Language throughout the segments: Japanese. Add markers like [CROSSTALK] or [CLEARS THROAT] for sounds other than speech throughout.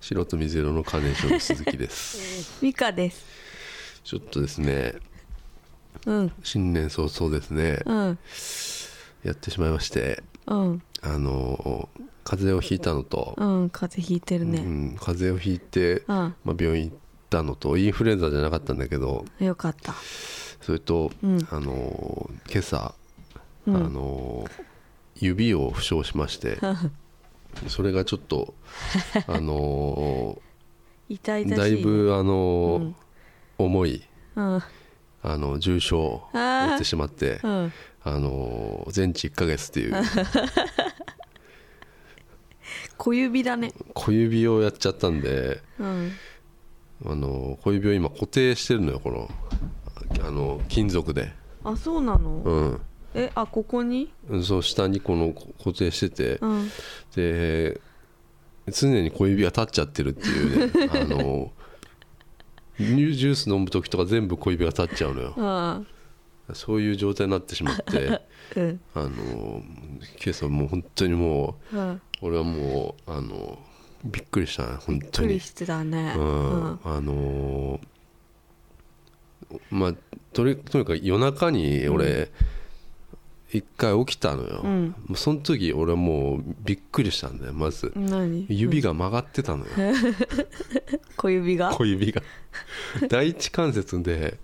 白と水色のカーネーションの鈴木 [LAUGHS] です。ミカです。ちょっとですね、うん新年早々ですね、うんやってしまいまして、うんあのー、風邪をひいたのと、うん風邪ひいてるうね。ん、風邪をひいて、うんまあ、病院行ったのと、インフルエンザじゃなかったんだけど、よかった。それと、うんあのー、今朝、うんあのー、指を負傷しま [LAUGHS] して、それがちょっと、あの痛ー、々しい。だいぶ、あのーうん重い、うんあの重傷をあー負ってしまってうあ、んの全治1ヶ月っていう小指だね。小指をやっちゃったんで、うんあの小指を今固定してるのよこの、あの金属で、あそうなの。うえあここに？ん、そう下にこのこ固定してて、うんで常に小指が立っちゃってるっていうねあのニュージュース飲む時とか全部小指が立っちゃうのようんそういう状態になってしまってうんあの今朝もう本当にもううん俺はもうあのびっくりしたね本びっ当くにりしてたね。ううんんあのーまあとりとにかく夜中に俺一回起きたのよ、うんもうその時俺はもうびっくりしたんだよまず何？指が曲がってたのよ、小指が？小 [LAUGHS] 指が第一関節で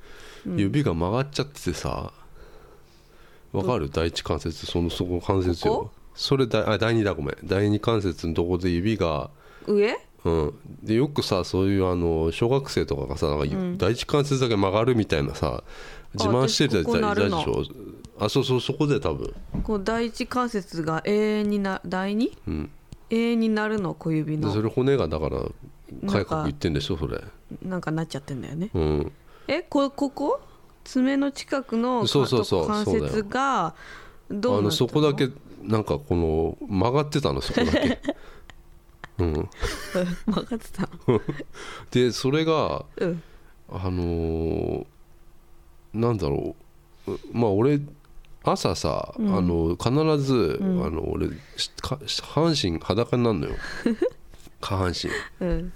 指が曲がっちゃっててさわかる第一関節そのそこ関節よここそれだあ第二だごめん第二関節のとこで指が上？うん、でよくさそういうあの小学生とかがさなんか、第一関節だけ曲がるみたいなさ自慢してる私ここじゃ鳴んでるしのょあそうそうそこで多分、こう第一関節が永遠にな第二？うん、永遠になるの小指でそのれ骨がだから改革なんか言ってんでしょそれ、なんかなっちゃってんだよね。うん、えこここ爪の近くのかそうそうそう関そうだよ節がどあうのなったそこだけなんかこの曲がってたのそこだけうん [LAUGHS] 分かってたでそれがうんあのーなんだろううまあ俺朝さ、んあの必ず、うんあの俺しか下半身裸になる [LAUGHS] のよ下半身うん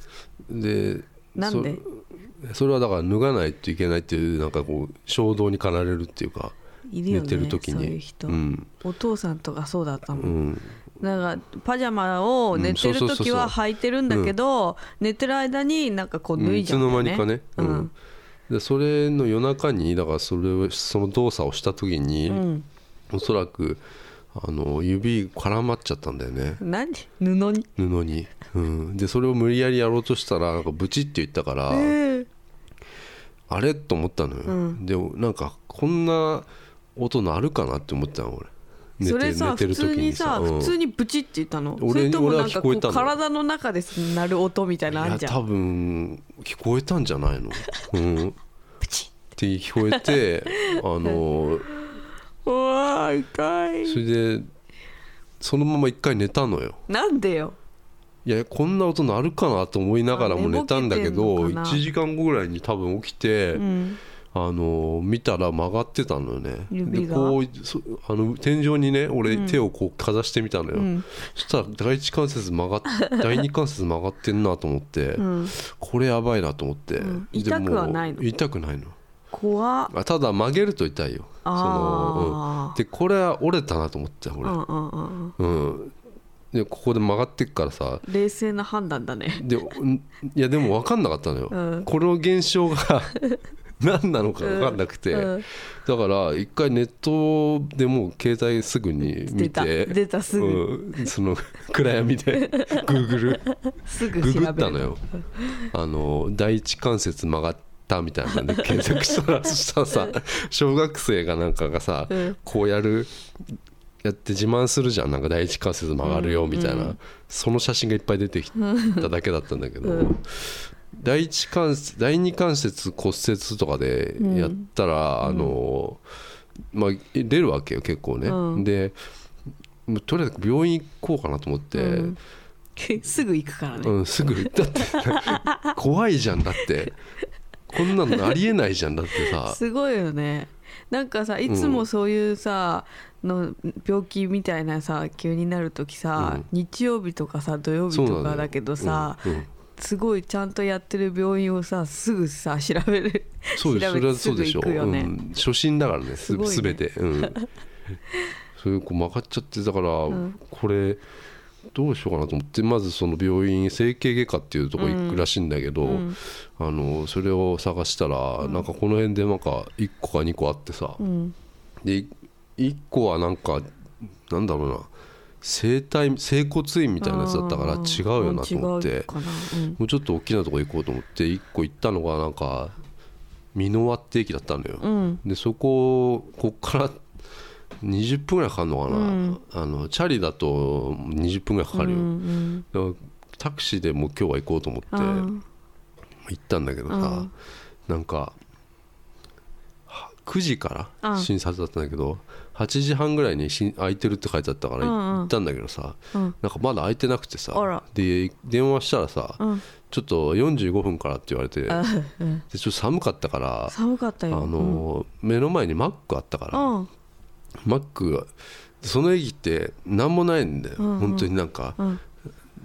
でなんでそそれはだから脱がないといけないっていうなんかこう衝動に駆られるっていうか、いるよ寝ねてる時にそういう人、うんお父さんとかそうだったも、うんん、なんかパジャマを寝てるうんそうそうそう時そうは履いてるんだけど、寝てる間になんかこう脱いいじつゃうんのだよ間ねにかね、ううんんでそれの夜中にだからそれをその動作をした時に、うん、おそらくあの指絡まっちゃったんだよね何布に布に、うん、でそれを無理やりやろうとしたらなんかブチって言ったから、えーあれと思ったのよ、うんでもなんかこんな音鳴るかなって思ったの俺寝そてれさ寝てる普通時ににさ、さうん普通にブチって言ったの俺それともなんかこ俺は聞こえうたの体の中で鳴る音みたいなのあるいじやゃん多分聞こえたんじゃないの、うん、っブチて聞こえて [LAUGHS] あのうわー痛いそれでそのまま一回寝たのよなんでよいやこんな音鳴るかなと思いながらも寝たんだけあど寝ぼけてんのかな1時間後ぐらいに多分起きて、うんあの見たら曲がってたのよね指がでこうそあの天井にね俺手をこうかざしてみたのよ、うんそしたら第一関節曲がっ第二関節曲がってんなと思って、うんこれやばいなと思って、んで痛くはもうないの痛くないの怖っあただ曲げると痛いよその、うあんーでこれは折れたなと思ってう俺んうんうんうんうんでここで曲がってっからさ冷静な判断だねでんいやでも分かんなかったのよ、うんこの現象 [LAUGHS] が何なのか分かんなくて、うんだから一回ネットでもう携帯すぐに見出たて出たすぐうん、その暗闇で [LAUGHS] グーグルすぐググ調べるったのよあの第一関節曲がったみたいなんで検索したらそしたらさ小学生がなんかがさ、うんこうやるやって自慢するじゃんなんか第一関節曲がるよみたいな、その写真がいっぱい出てきただけだったんだけど、うん第一関節第二関節骨折とかでやったら、あのまあ出るわけよ結構ね、うんでもうとりあえず病院行こうかなと思って、ううんんすぐ行く [LAUGHS] からねすぐだって怖いじゃんだってこんなのありえないじゃんだって [LAUGHS] さすごいよねなんかさいつもそういうさの病気みたいなさ急になる時さうん日曜日とかさ土曜日そうなとのよかだけどさうんうんすごいちゃんとやってる病院をさすぐさ調べるそうです調それべてはそうでしょすぐ行くよう、ねん、初心だからねすすごいね全て、 [LAUGHS] うん、それをこう曲がっちゃってだから、んこれどうしようかなと思ってまずその病院整形外科っていうとこ行くらしいんだけど、んあのそれを探したら、なんかこの辺でなんか1個か2個あってさ、うんで1個はなんかなんだろうな整体整骨院みたいなやつだったからあ違ーうよなと思っ違てうかなうんもうちょっと大きなとこ行こうと思って1個行ったのがなんか箕輪って駅だったのよ、うんでそここっから20分ぐらいかかるのかな、うんあのチャリだと20分ぐらいかかるよ、うんだからタクシーでもう今日は行こうと思ってうんあ行ったんだけどさ、なんかは9時かうらん診察だったんだけど、8時半ぐらいにし空いてるって書いてあったからうんうん行ったんだけどさ、ーうんなんかまだ空いてなくてさあらで電話したらさ、うんちょっと45分からって言われてであちうんょっと寒かったから寒かったあよの目の前にマックあったから、うんマックがその駅って何もないんだよ、うんうん本当になんかうん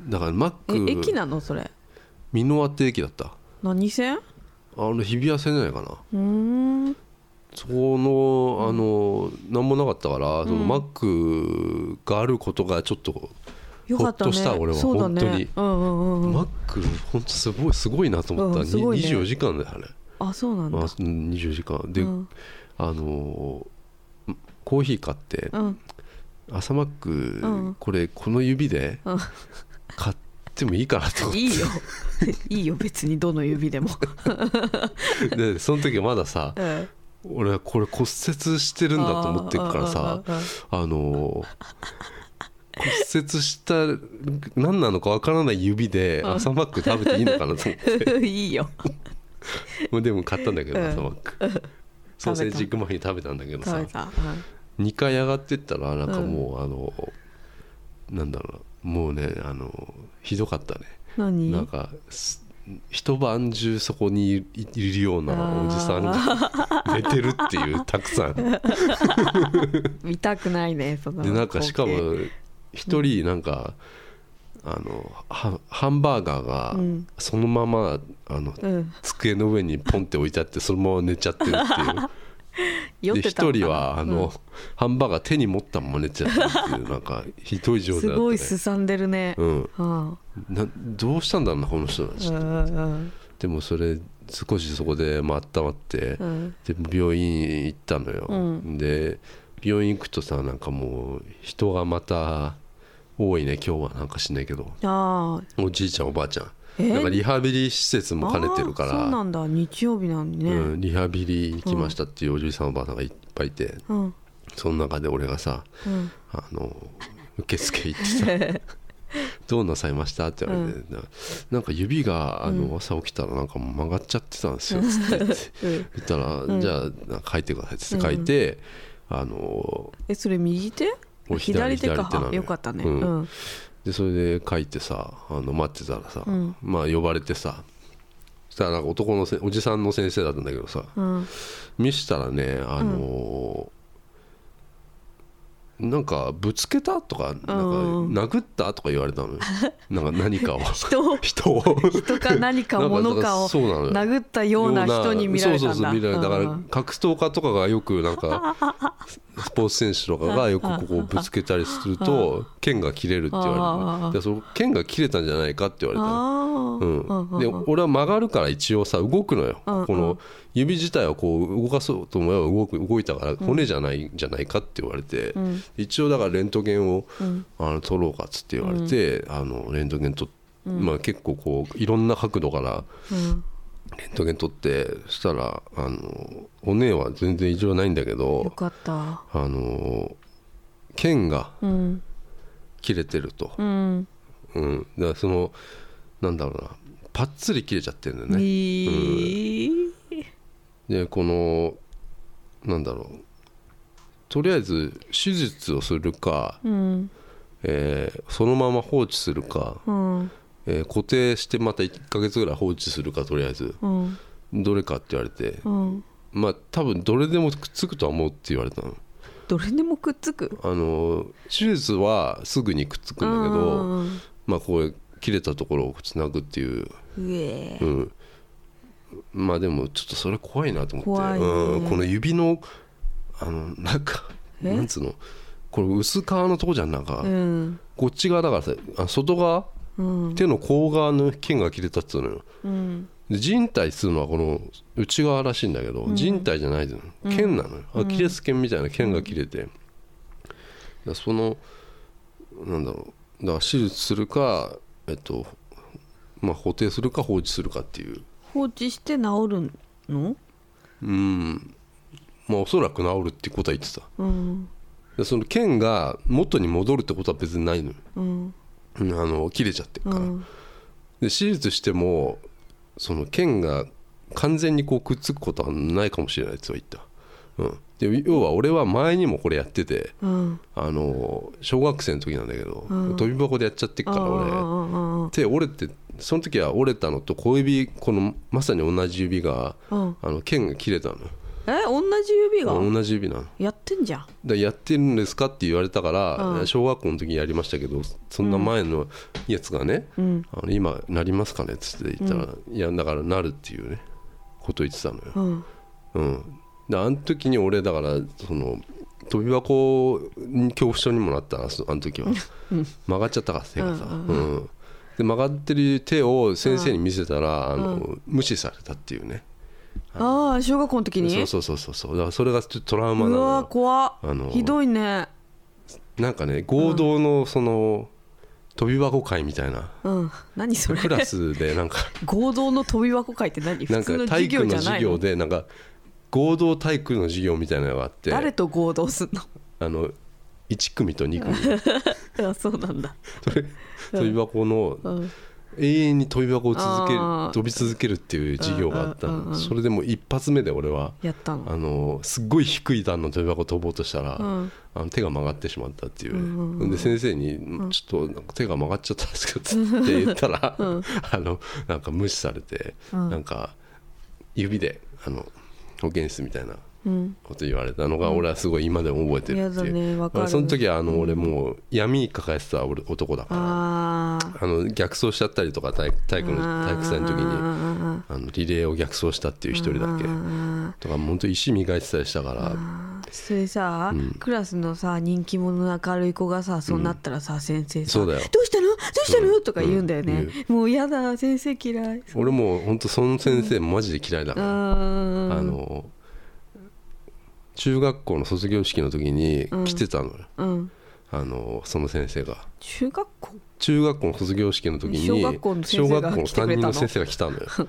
だからマッえ駅クなのそれ箕輪って駅だった何線うあの日比谷線じゃないかなーんそこのあの何もなかったから、そのうんマックがあることがちょっと、よかったほっとねした俺はそうだね本当にうんうんうんうマんック本当すごいすごいなと思った、うんすごいねに24時間だよあれ、あそうなんまあ、だ24時間で、うんあのーコーヒー買ってうん朝マック、うんこれこの指でうん買ってもいいかなと思っていいよ [LAUGHS] いいよ別にどの指でもでその時はまださうん俺はこれ骨折してるんだと思ってるからさあーあーあーああのー骨折した何なのかわからない指でうん朝マック食べていいのかなと思 [LAUGHS] って [LAUGHS] ーいいよもうでも買ったんだけうどん朝マックソーセージ行く前に食べたんだけど食さべた、うん2回上がってったらなんかもうあのなんだろうなもうねあのひどかったね何なんかす一晩中そこにいいるようなおじさんが寝てるっていうたくさん見たくないねそのでなんかしか光景も一人なんか、あのはハンバーガーがうんそのままあのうん、机の上にポンって置いてあってそのまま寝ちゃってるってい酔うっでてたの一かな人はあの、ハンバーガー手に持ったまま寝ちゃってるっていうなんかひどいうん状す態だった、ね、ごいすさんでるね、うん、はなどうしたんだろうなこの人たあうち、んうんでもそれ少しそこでまあ温まって、うんで病院行ったのよ、うんで病院行くとさなんかもう人がまた多いね今日はなんかしないけどああおじいちゃんおばあちゃんえなんかリハビリ施設も兼ねてるかあーそうならんだ日曜日なのにね、うん、リハビリ行きましたっていうおじいさんおばあさんがいっぱいいてうんその中で俺がさうんあの受付行ってさどうなさいましたって言われて、ななんか指があの朝起きたらなんか曲がっちゃってたんですよつって言ってうん言ったら、んじゃあなんか書いてくださいっつって書いて、あのえそれ右手お左左左手手なのかよあよかったねううんんうんでそれで書いてさあの待ってたらさ、うんまあ呼ばれてさそしたらなんか男のせおじさんの先生だったんだけどさうん見したらねあのなんかぶつけたとかなんかうん殴ったとか言われたの [LAUGHS] よなんか何かを人を [LAUGHS] 人を人か何かなん物かなをんそうなのよ殴ったような人に見られたんだそうそうそう見られただから格闘家とかがよくなん [LAUGHS] かスポーツ選手とかがよくここをぶつけたりすると剣が切れるって言われあるーでその剣が切れたんじゃないかって言わあれあたの、うん、で俺は曲がるから一応さ動くのようんうんこの指自体をこう動かそうと思えば動く動いたから骨じゃないんじゃないかって言われて、ん一応だからレントゲンをうんあの撮ろうかっつって言われて、あのレントゲン撮っまあ、結構こういろんな角度からうんレントゲン撮ってそしたらあのお姉は全然異常ないんだけよどかったあの剣がうん切れてると、うんうん、だからそのなんだろうなパッツリ切れちゃってるんだよねいいでこのなんだろうとりあえず手術をするか、うんえーそのまま放置するか、うんえー固定してまた1ヶ月ぐらい放置するかとりあえずうんどれかって言われてうんまあ多分どれでもくっつくとは思うって言われたの。どれでもくっつくあの手術はすぐにくっつくんだけど、うんまあこう切れたところをつなぐっていう、うえうん、まあでもちょっとそれ怖いなと思って怖いねうん、この指のあのなんかえなんつうのこれ薄皮のとこじゃんなんか、うんこっち側だからさあ外側うん手の甲側の腱が切れたって言ったのようんで人体っつうのはこの内側らしいんだけど、うん人体じゃないのよ腱なのよ、アキレス腱みたいな腱が切れて、だからそのなんだろうだから手術するかえっとまあ補定するか放置するかっていう放置して治るのうんまあおそらく治るってことは言ってたうんでその腱が元に戻るってことは別にないのよ、うんうんあの切れちゃってるうから、んで手術してもその腱が完全にこうくっつくことはないかもしれないって言った、うん、で要は俺は前にもこれやっててうんあの小学生の時なんだけど、うん飛び箱でやっちゃってっからうん俺うんうん手折れてその時は折れたのと小指このまさに同じ指がうんあの腱が切れたのよえ同じ指が同じ指なのやってんじゃんでやってるんですかって言われたから、うん小学校の時にやりましたけどそんな前のやつがね、うんあの今なりますかねっつって言ったら、いやだからなるっていうねこと言ってたのよ、うんうん、であの時に俺だからその飛び箱に恐怖症にもなったなそあの時は、曲がっちゃったから手がさ、うんうんで曲がってる手を先生に見せたら、あの無視されたっていうね、ああ小学校の時にそうそうそうそうそうだからそれがちょっとトラウマなうのわーよ怖あのっひどいねなんかね合同のその、飛び箱会みたいなうん何それクラスで [LAUGHS] なんか合同の飛び箱会って何な普ん通かの体授業育じのゃな授いの業でなんか合同体育の授業みたいなのがあって誰と合同すんあの1組と2組の [LAUGHS] あそうなんだそれ飛び箱のうん永遠に飛び箱を続けるあー飛び続けるっていう授業があったうんうんうんうのんそれでもう一発目で俺はやったのあのすっごい低い段の飛び箱飛ぼうとしたら、うんあの手が曲がってしまったっていう、うんうんうんで先生に「ちょっとなんか手が曲がっちゃったんですけど」って言ったら、 [LAUGHS] あのなんか無視されて、うんなんか指であの保健室みたいなうんこと言われたのが俺はすごい今でも覚えてるっていう、やだねわかるその時はあの俺もう闇抱えてた俺男だから、あああの逆走しちゃったりとか体体育の体育祭の時ににあのリレーを逆走したっていう一人だけとかもう本当石磨いてたりしたからそれさ、クラスのさ人気者の明るい子がさそうなったらさ、先生さそうだよどうしたのどうしたの、うんとか言うんだよね、もう嫌だ先生嫌い俺もう本当その先生マジで嫌いだうから。んあの中学校の卒業式の時に来てたのよ、うんあのその先生が中学校中学校の卒業式の時に小学校の先生が小学校の来てくれ担任たのの先生が来たのよ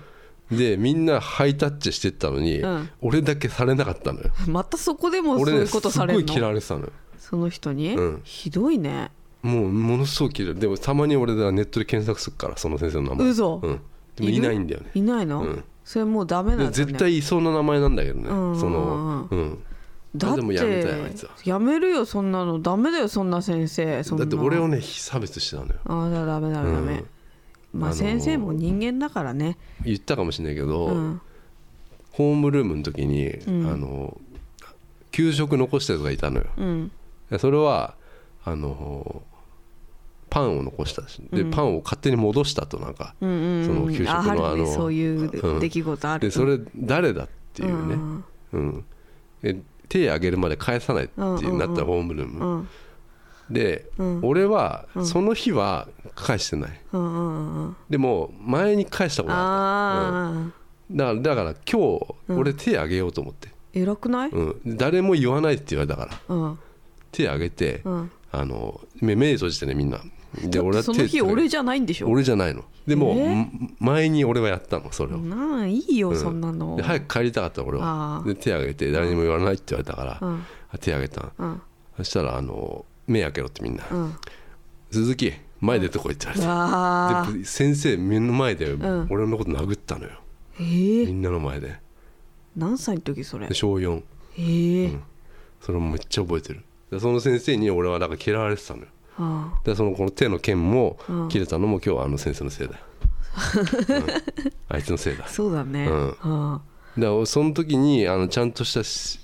でみんなハイタッチしてったのに、うん俺だけされなかったのよまたそこでもそう俺いねうすこっとさごれるいの、嫌われてたのよその人に、うんひどいねもうものすごく嫌いでもたまに俺はネットで検索するからその先生の名前嘘うん、でもいないんだよねいないの、うんそれもうダメなんだねで絶対いそうな名前なんだけどね、うんうんうんそのうんだっあでもてやめたよあいつはやめるよそんなのダメだよそんな先生そんだっなて俺をね差別してたのよああだダメだダメ、まああのー先生も人間だからね言ったかもしれないけど、うんホームルームの時に、んあの給食残したやつがいたのようんでそれはあのパンを残したしで、パンを勝手に戻したとなんか、うんうんその給食のああるねあのそういう出来事あでる、それ誰だっていうね、うんうんで手挙げるまで返さないっていうなったホームルーム、うんで、うん俺はその日は返してない、うんうんうんでも前に返したことあっああた、うんだからだから今日うん俺手挙げようと思って、偉くないうん、誰も言わないって言われたからうん手挙げて、うんあの目目閉じてねみんなでだってその日俺じじゃないんでしゃょ俺じゃないのでも、えん前に俺はやったのそれを、なあいいようんそんなので早く帰りたかった俺あはーで手挙げて誰にも言わないって言われたから、うんあ手挙げたのうんそしたらあの目開けろってみんなうんう「鈴木前出てこい」って言われわたーで先生目の前でん俺のこと殴ったのよ、えみーんなの前で何歳の時それで小4えーそれもめっちゃ覚えてるでその先生に俺はなんか嫌われてたのよあでそのこの手の剣もうん切れたのも今日はあの先生のせい [LAUGHS] だよ、うんあいつのせいだあそうだねうんうんだからその時にあのちゃんとしたし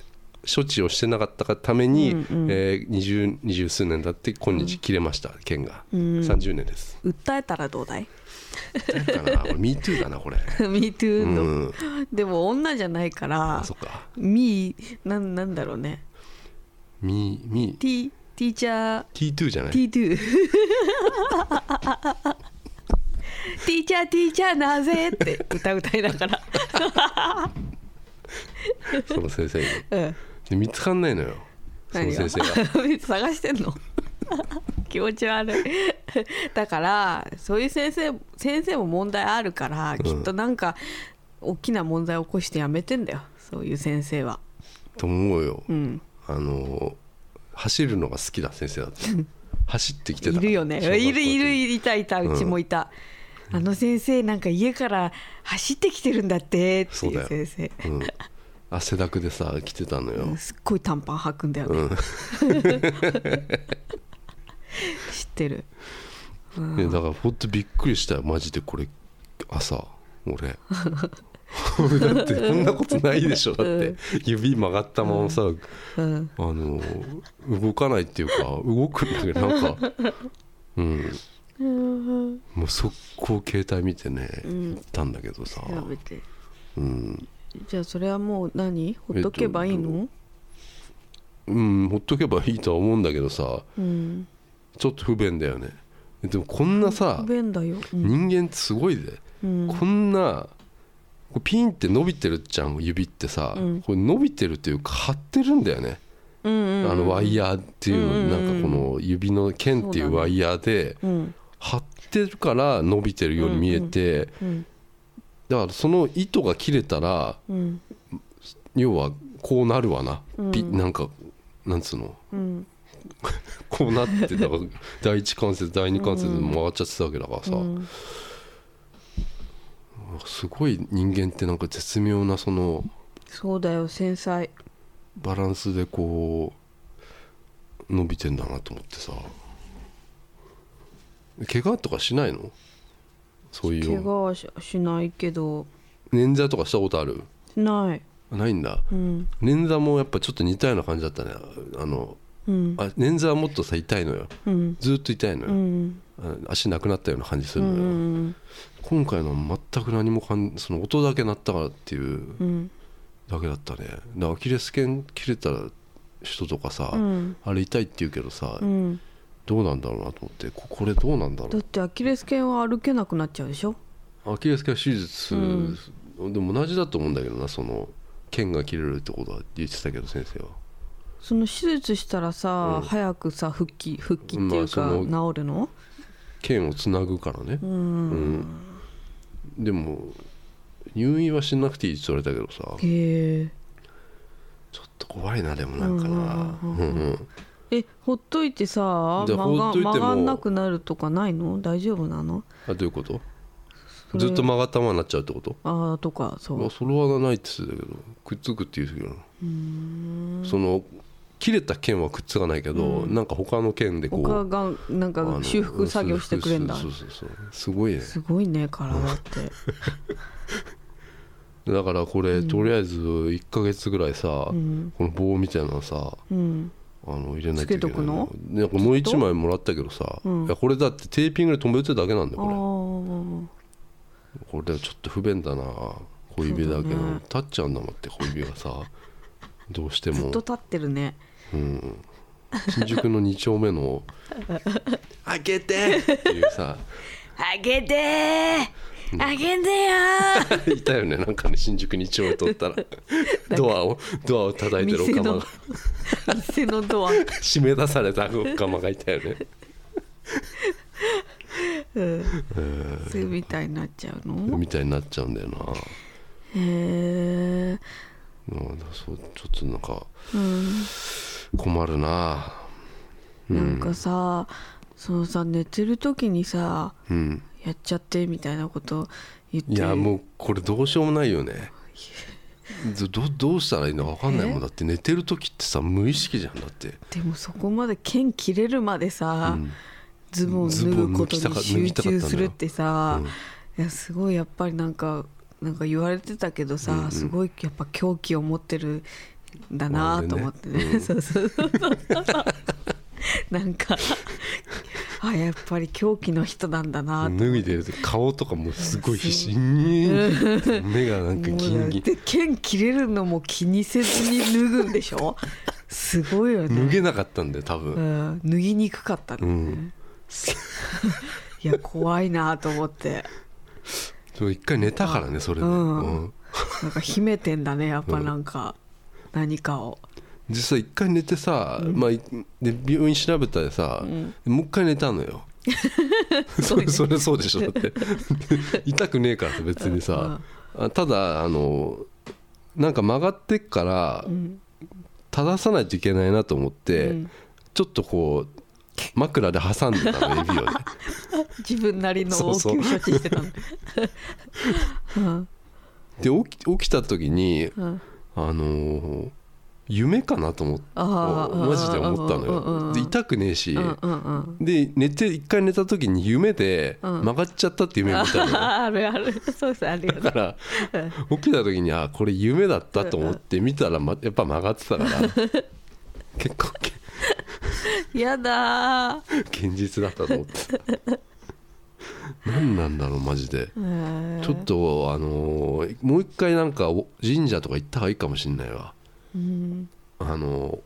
処置をしてなかったがために、うんうんえー、20, 20数年経って今日切れました、剣が、うん30年です訴えたらどうだい [LAUGHS] だから俺 MeToo だなこれ ?MeToo うの、んでも女じゃないかあらそっかミーなんなんだろうね Me Me T ティーチャー T2 じゃない T2 テ [LAUGHS] [LAUGHS] ィーチャーティーチャーなぜって歌う歌いながら、その先生にうん、で見つかんないのよその何先生が [LAUGHS] 探してんの気持ち悪い [LAUGHS] だからそういう先生先生も問題あるから、きっとなんか大きな問題を起こしてやめてんだよそういう先生はと思うよ、うんあの走るのが好きだ先生だった走ってきてたいからるよね小学校いるいるの時いたいたうちもいた、あの先生なんか家から走ってきてるんだってってそういだうよ先生うん、汗だくでさ来てたのうよん、すっごい短パン履くんだよね、うん [LAUGHS] 知ってるねだからほんとびっくりしたよマジでこれ朝俺 [LAUGHS] 俺だってこんなことないでしょだって指曲がったままさ、うんあの動かないっていうか動くんだけどなんかうんうんもう速攻携帯見てね、ん行ったんだけどさ、やめてうん、じゃあそれはもう何ほっとけばいいの、うん、ほっとけばいいとは思うんだけどさうんちょっと不便だよねでもこんなさ不便だよ、うん人間ってすごいで、うんこんなこうピンって伸びてるじゃん指ってさ、うんこれ伸びてるというか張ってるんだよね、うんうんうんあのワイヤーっていうのに、うんうんうんなんかこの指の剣っていそううだねワイヤーでうん張ってるから伸びてるように見えて、うんだからその糸が切れたらうん要はこうなるわな、うんピなんかなんつうのうんこうなってだから第一関節第二関節曲がっちゃってたわけだからさ、うんすごい人間ってなんか絶妙なそのそうだよ繊細バランスでこう伸びてんだなと思ってさ怪我とかしないのそうい怪う我はししないけど捻挫とかしたことあるないないんだうん捻挫もやっぱちょっと似たような感じだったねあのうんあ捻挫はもっとさ痛いのようんずっと痛いのうよ、んあ足なくなったような感じすうるのよ、ん今回のは全く何もかんその音だけ鳴ったからっていううんだけだったねだからアキレス腱切れた人とかさ、うんあれ痛いって言うけどさ、うんどうなんだろうなと思ってここれどうなんだろだってアキレス腱は歩けなくなっちゃうでしょうアキレス腱手術、でも同じだと思うんだけどなその腱が切れるってことは言ってたけど先生はその手術したらさ、うん早くさ復帰復帰っていまうあそか、の治るの腱をつなぐからねう、ん、うんでも入院はしなくていいって言われたけどさへえちょっと怖いなでもなんかなううんんううんうんえほっといてさで曲ほがっといても曲がんなくなるとかないの大丈夫なのあどういうことそれずっと曲がったままになっちゃうってことああとかそまあうそれはないって言ってたけどくっつくって言うけどその切れた腱はくっつかないけど、なんか他の腱でこう他がなんあかの修復作業してくれんだそうそうそうそうすごいねすごいね体ってだからこれ、とりあえず1ヶ月ぐらいさ、うんこの棒みたいなのさうんあの入れないといけないつけとくのなんかもう1枚もらったけどさ、うんいやこれだってテーピングで留めてるだけなんだああよこれこれちょっと不便だな小指だけそうだのね立っちゃうんだもんって小指がさどうしてずっもと立ってるねうん、新宿の2丁目 [LAUGHS] の「開けて!」っていうさ [LAUGHS] あげてーあげてよーいたよねなんかね新宿2丁目通ったらドアをドアを叩いてるお店かまのが店の [LAUGHS] ドア締め出されたおかまがいたよねうんそういうみたいになっちゃうのみたいになっちゃうんだよな、へえうん、そうちょっとなんかうん困るななんかさそのさ寝てる時にさうんやっちゃってみたいなこと言っていやもうこれどうしようもないよねどどどうしたらいいのか分かんないもんだって寝てる時ってさ無意識じゃんだってでもそこまで剣切れるまでさ、うんズボンを脱ぐことに集中するってさ脱、ぎたかいやすごいやっぱりなんかなんか言われてたけどさ、うんうんすごいやっぱ狂気を持ってるだなと思ってまあねねうんそうそう [LAUGHS] そうそうなんかあやっぱり狂気の人なんだな脱ぎで顔とかもすごい必死に目がなんかギンギンで剣切れるのも気にせずに脱ぐんでしょすごいよね脱げなかったんだよ多う分ん、脱ぎにくかったんだうよね、んいや怖いなと思ってそう一回寝たからねそれで、うんうんなんか秘めてんだねやっぱなんか、何かを実際一回寝てさ、まあ、いで病院調べたらさ、もう一回寝たの [LAUGHS] よそれそれそうでしょだって痛くねえからさ別にさ、あただあのなんか曲がってっから、正さないといけないなと思って、うんちょっとこう枕で挟んでたの [LAUGHS] 指をね自分なりの応急そうそう処置して [LAUGHS] たのうんで起き起きた時にうんあのー夢かなと思ってあーマジで思ったのうんうんうんうよんで痛くねえし、うんうんうんで寝て一回寝た時に夢でうん曲がっちゃったって夢見た [LAUGHS] のよ、 [LAUGHS] ああるあるそうそうあるよねだから起きた時にあこれ夢だったと思って見たら、ま、やっぱ曲がってたから結構け [LAUGHS] やだー現実だったと思って何なんだろうマジでうんちょっとあのーもう一回なんかお神社とか行った方がいいかもしんないわうんあの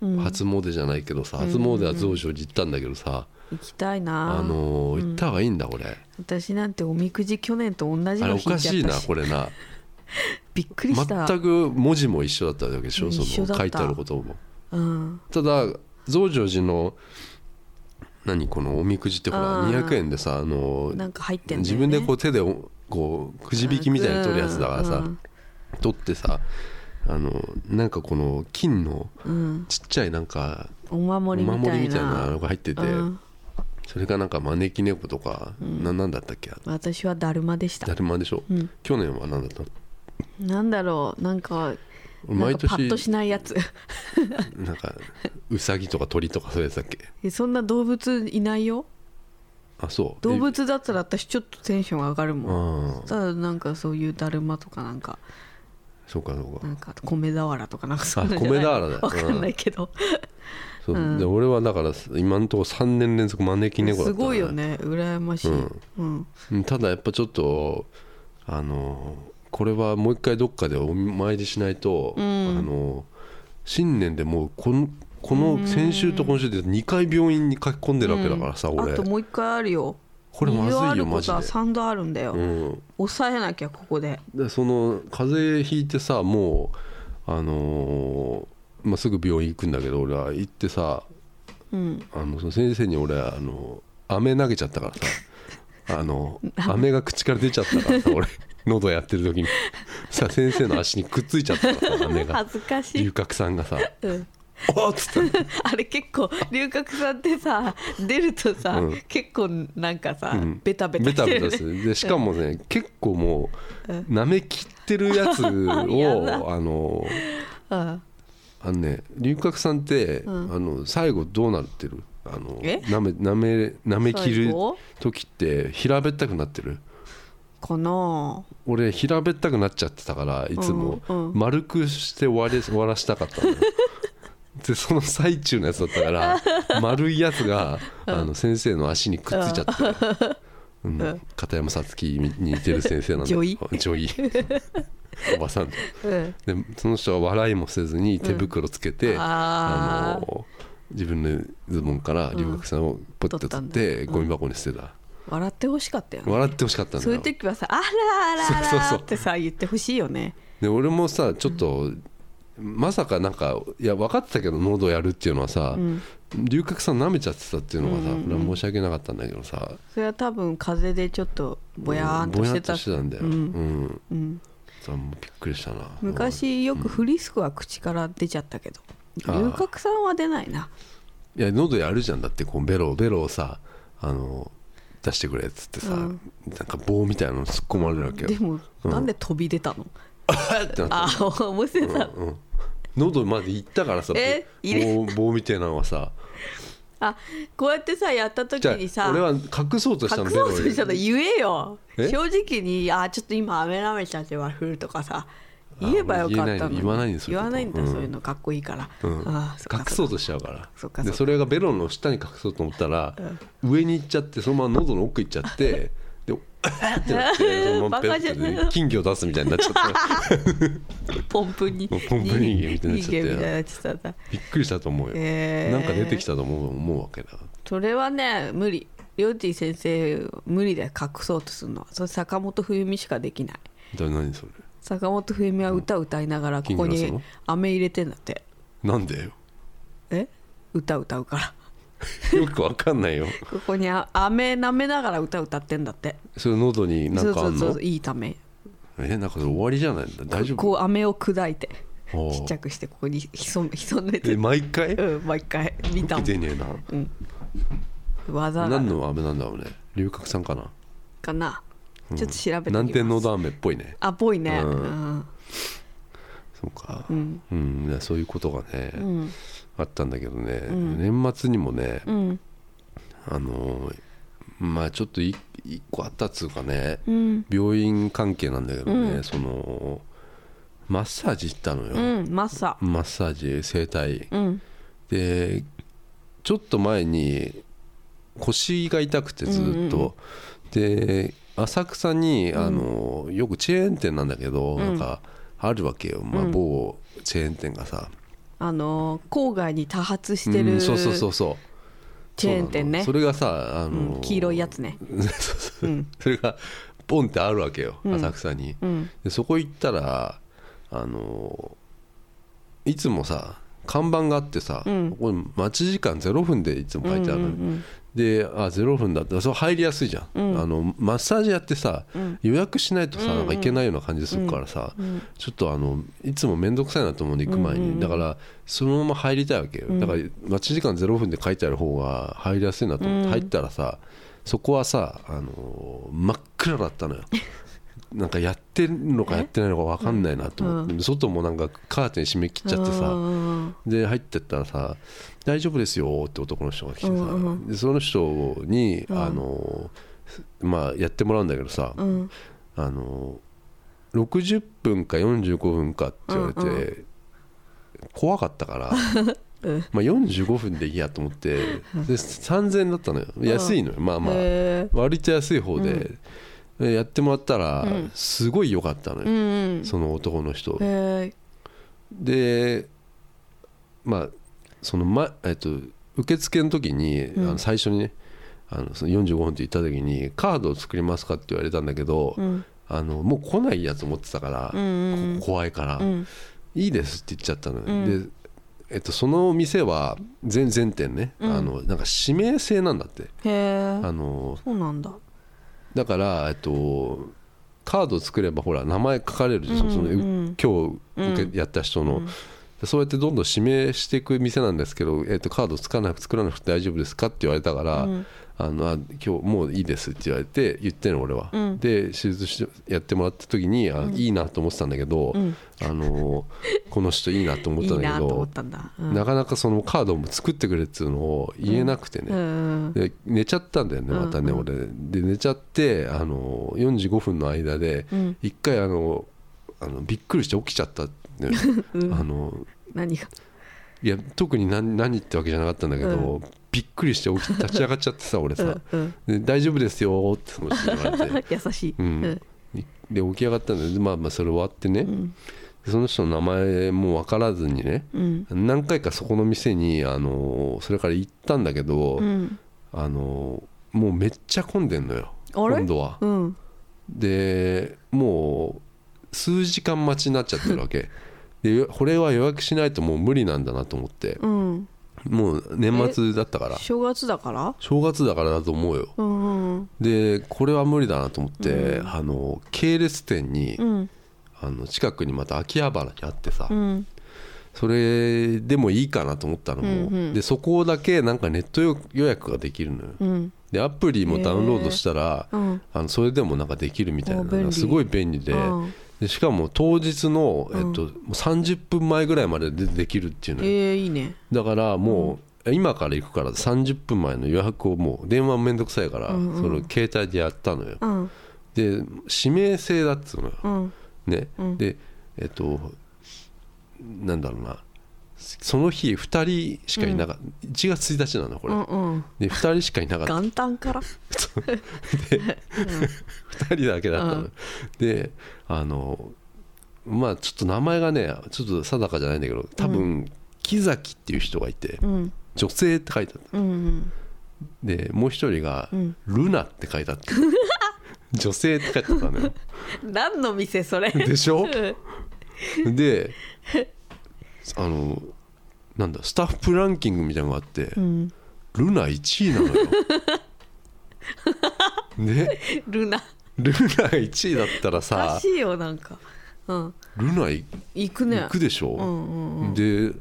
うんー初詣じゃないけどさ、初詣は増上寺行ったんだけどさ、行きたいなあのーうん行った方がいいんだこれ、私なんておみくじ去年と同じあれおの引いちゃかったしいなこれなびっくりした全く文字も一緒だったわけでしうょんそ一緒だのった書いてあることもうんただ増上寺の何このおみくじってほらうん200円でさあのなんか入ってんだ自よね分でこう手でおこうくじ引きみたいなの取るやつだからさ取ってさあのなんかこの金のうんうんちっちゃいなんかおお守りみ守たりみいたいななのが入っててうんそれがなんか招き猫とかななんだったっけ私はだるまでしただるまでしょうん去年は何だったのなんだろうなんか俺なん毎かパッとし年ないやつなんかうさぎとか鳥とかそういうやつだっけえそんな動物いないよあそう動物だったら私ちょっとテンション上がるもんああただなんかそういうだるまとかなんかそうかそうかなんか米俵とかなんかそんなんあじゃない米俵だよわかんないけどそう、うんで俺はだから今のところ3年連続招き猫だったすなごいよね羨ましい、うんうんうんただやっぱちょっとあのこれはもう一回どっかでお参りしないと、んあの新年でもうこのこの先週と今週で2回病院に書き込んでるわけだからさ、あ俺ともう一回あるよこれまず二度あいるよこマジとでは。3度あるんだよ、うん、抑えなきゃここででその風邪ひいてさもう、あのーまあ、すぐ病院行くんだけど俺は行ってさうんあのその先生に俺あの飴投げちゃったから [LAUGHS] さあの飴が口から出ちゃったからさ俺喉やってる時にさ先生の足にくっついちゃったからさ飴が恥ずかしい龍、角さんがさうん、 「おっ!」つったのあれ結構龍角さんってさ出るとさ、うん結構なんかさ、うんベタベタベしてタるベよねタする [LAUGHS] でしかもね結構もううん舐め切ってるやつ [LAUGHS] やだをあのうんあのね龍角さんって、うんあの最後どうなってるあのえ舐め舐め舐め切最る後時って平べったくなってるかなあ俺平べったくなっちゃってたからいつもうんうん丸くして終わり終わらしたかったの [LAUGHS] よでその最中のやつだったから丸いやつが、あの先生の足にくっついちゃって、うんうん片山さつきに似てる先生なんだけど女医女 [LAUGHS] 医おばさんでうんその人は笑いもせずに手袋つけて、ああーの自分のズボンから龍角さんをポッと取って、取ったんだゴミ箱に捨てた、笑ってほしかったよね笑ってほしかったんだよそういう時はさ「あらあらあそうそうら」そうってさ言ってほしいよねで俺もさちょっと、まさかなんかいや分かってたけど喉やるっていうのはさ、うん龍角さん舐めちゃってたっていうのがさ、うんうんうん俺は申し訳なかったんだけどさそれは多分風邪でちょっとぼやーんとぼしやーてんとたしてたんだよ、ううんんうんさもうびっくりしたな昔よくフリスクは口から出ちゃったけどあー龍角さんは出ないないや喉やるじゃんだってこうベロベロをさあの出してくれっつってさ、うんなんか棒みたいなの突っ込まれるわけよでもうんなんで飛び出たのあー [LAUGHS] ってなったああ面白さうんうん喉まで行ったからさえ入れ棒棒みたいなのはさあこうやってさやった [LAUGHS] 時じゃにさあ俺は隠そうとしたの隠そうとしたらベロに言えよえ正直に「あーちょっと今アメラメちゃってわふる」とかさ言えばよかったのに言わないんですよ言わないんだ、うんそういうのかっこいいから、うんああそっか隠そうとしちゃうからそっかそっかでそれがベロの下に隠そうと思ったら、上に行っちゃってそのまま喉の奥行っちゃ [LAUGHS] ってでってなってそのままペバッカじゃてないね金魚出すみたいになっちゃ [LAUGHS] ってポンプにもうポンプ人間みたいになっちゃって人間みたいになっちゃったんだびっくりしたと思うよ、へえなんか出てきたと思う思うわけだそれはね無理りょうてぃ先生無理だよ隠そうとするのはそれ坂本冬美しかできないじゃあ何それ坂本冬美は歌歌いながらここ金魚出すにの飴入れてんだってなんでよえ歌歌うからよくわかん [LAUGHS] ないよここにあ飴舐めながら歌歌ってんだってそれ喉になんかあんのそうそうそういいためえなんかそれ終わりじゃないんだ大丈夫こう飴を砕いておうちっちゃくしてここに潜潜んでえて毎回うん毎回見受たもけんてねえな技な何のの飴なんだろうね龍角散かなかな、ちょっと調べてみます南天のど飴っぽいねあぽいねううんん、そうかうん、いやそういうことがね、んあったんだけどね、年末にもねうんあのーまあちょっとい一個あったっつうかね、うん病院関係なんだけどね、そのマッサージ行ったのうよ、んマッサマッサージ整体うんでちょっと前に腰が痛くてずっと、で浅草にあの、よくチェーン店なんだけど、なんかあるわけよ、まあ、某チェーン店がさ、あのー郊外に多発してる、うんそうそうそうそうチェーン店ねそうなのそれがさあの、うん黄色いやつ [LAUGHS] ねそうそうそれがポンってあるわけよ浅草に、うんでそこ行ったらあのいつもさ看板があってさ、うんここに待ち時間0分でいつも書いてある、うんうんであ0分だってそう入りやすいじゃん、あのマッサージやってさ、予約しないとさなんか行けないような感じするからさ、ちょっとあのいつも面倒くさいなと思うんで行く前に、だからそのまま入りたいわけよ、だから待ち時間0分で書いてある方が入りやすいなと思って入ったらさ、そこはさあの真っ暗だ [LAUGHS] ったのよなんかやってるのかやってないのか分かんないなと思って、外もなんかカーテン閉め切っちゃってさ、うんで入ってったらさ「大丈夫ですよ」って男の人が来てさ、うんうでその人に、あのまあやってもらうんだけどさ、うんあの60分か45分かって言われて、うんう怖かった [LAUGHS] から、まあ45分でいいやと思ってで3000円だったのよ安いのよ、まあまあへ割と安い方で、でやってもらったら、すごい良かったのーうよ、んその男の人。うんへでまあその、まえっと、受付の時に、あの最初にねあのその45分って言った時に「カードを作りますか?」って言われたんだけど、んあのもう来ないやつ持ってたから、こ怖いから、んいいです」って言っちゃったのよ、で、えっと、その店は全全店ね、あのなんか指名制なんだってえへえあのそうなんだだからえっとカード作ればほら名前書かれるじゃん、その今日受けやった人の、でそうやってどんどん指名していく店なんですけど、えっとカード作らなく作らなくて大丈夫ですかって言われたから、あのあ今日もういいですって言われて言ってんの俺は、で手術しやってもらった時にあ、いいなと思ってたんだけど、あのこの人いいなと思っいたいんだなけと思どったんだうんなかなかそのカードも作ってくれっていうのを言えなくてね、うんで寝ちゃったんだよねまたね、俺で寝ちゃってあの45分の間で一回あのあのびっくりして起きちゃったのよ [LAUGHS] あの何がいや特に何何ってわけじゃなかったんだけど、びっくりして起き立ち上がっちゃって [LAUGHS] さ俺さ、うん。で大丈夫ですよ」ってその人に言われて優しいうん、 [LAUGHS] で起き上がったんだよでまあまあそれ終わってね、でその人の名前も分からずにね、うん何回かそこの店にあのそれから行ったんだけど、うんあのもうめっちゃ混んでんのよあれ今度は、うんでもう数時間待ちになっちゃってるわ [LAUGHS] けでこれは予約しないともう無理なんだなと思ってうんもう年末だったから正月だから正月だからだと思うようんうんでこれは無理だなと思って、あの系列店に、うんあの近くにまた秋葉原にあってさ、うんそれでもいいかなと思ったのも、うんうんでそこだけなんかネット予約ができるのよ、うんでアプリもダウンロードしたら、うんあのそれでもなんかできるみたいなお便利すごい便利で,、うんでしかも当日の、えっと、もう30分前ぐらいまででできるっていうのよえーいいねだからもう、今から行くから30分前の予約をもう電話めんどくさいから、その携帯でやったのようんで指名制だっつうのよ、うんねでえっとなんだろうなその日2人しかいなかった、1月1日なのこうれ、んうんで2人しかいなかった元旦 [LAUGHS] から2人だけだったの、うんであのまあちょっと名前がねちょっと定かじゃないんだけど多分、木崎っていう人がいてうん女性って書いてあったうんうんでもう一人がうん「ルナ」って書いてあ [LAUGHS] った、女性って書いてあったのよ何の店それでしょうんであのなんだスタッフランキングみたいなのがあって、うんルナ1位なのよ [LAUGHS] ねルナルナが1位だったらおかさしいよなんかうんルナい行くね行くでしょ、うんうんうんで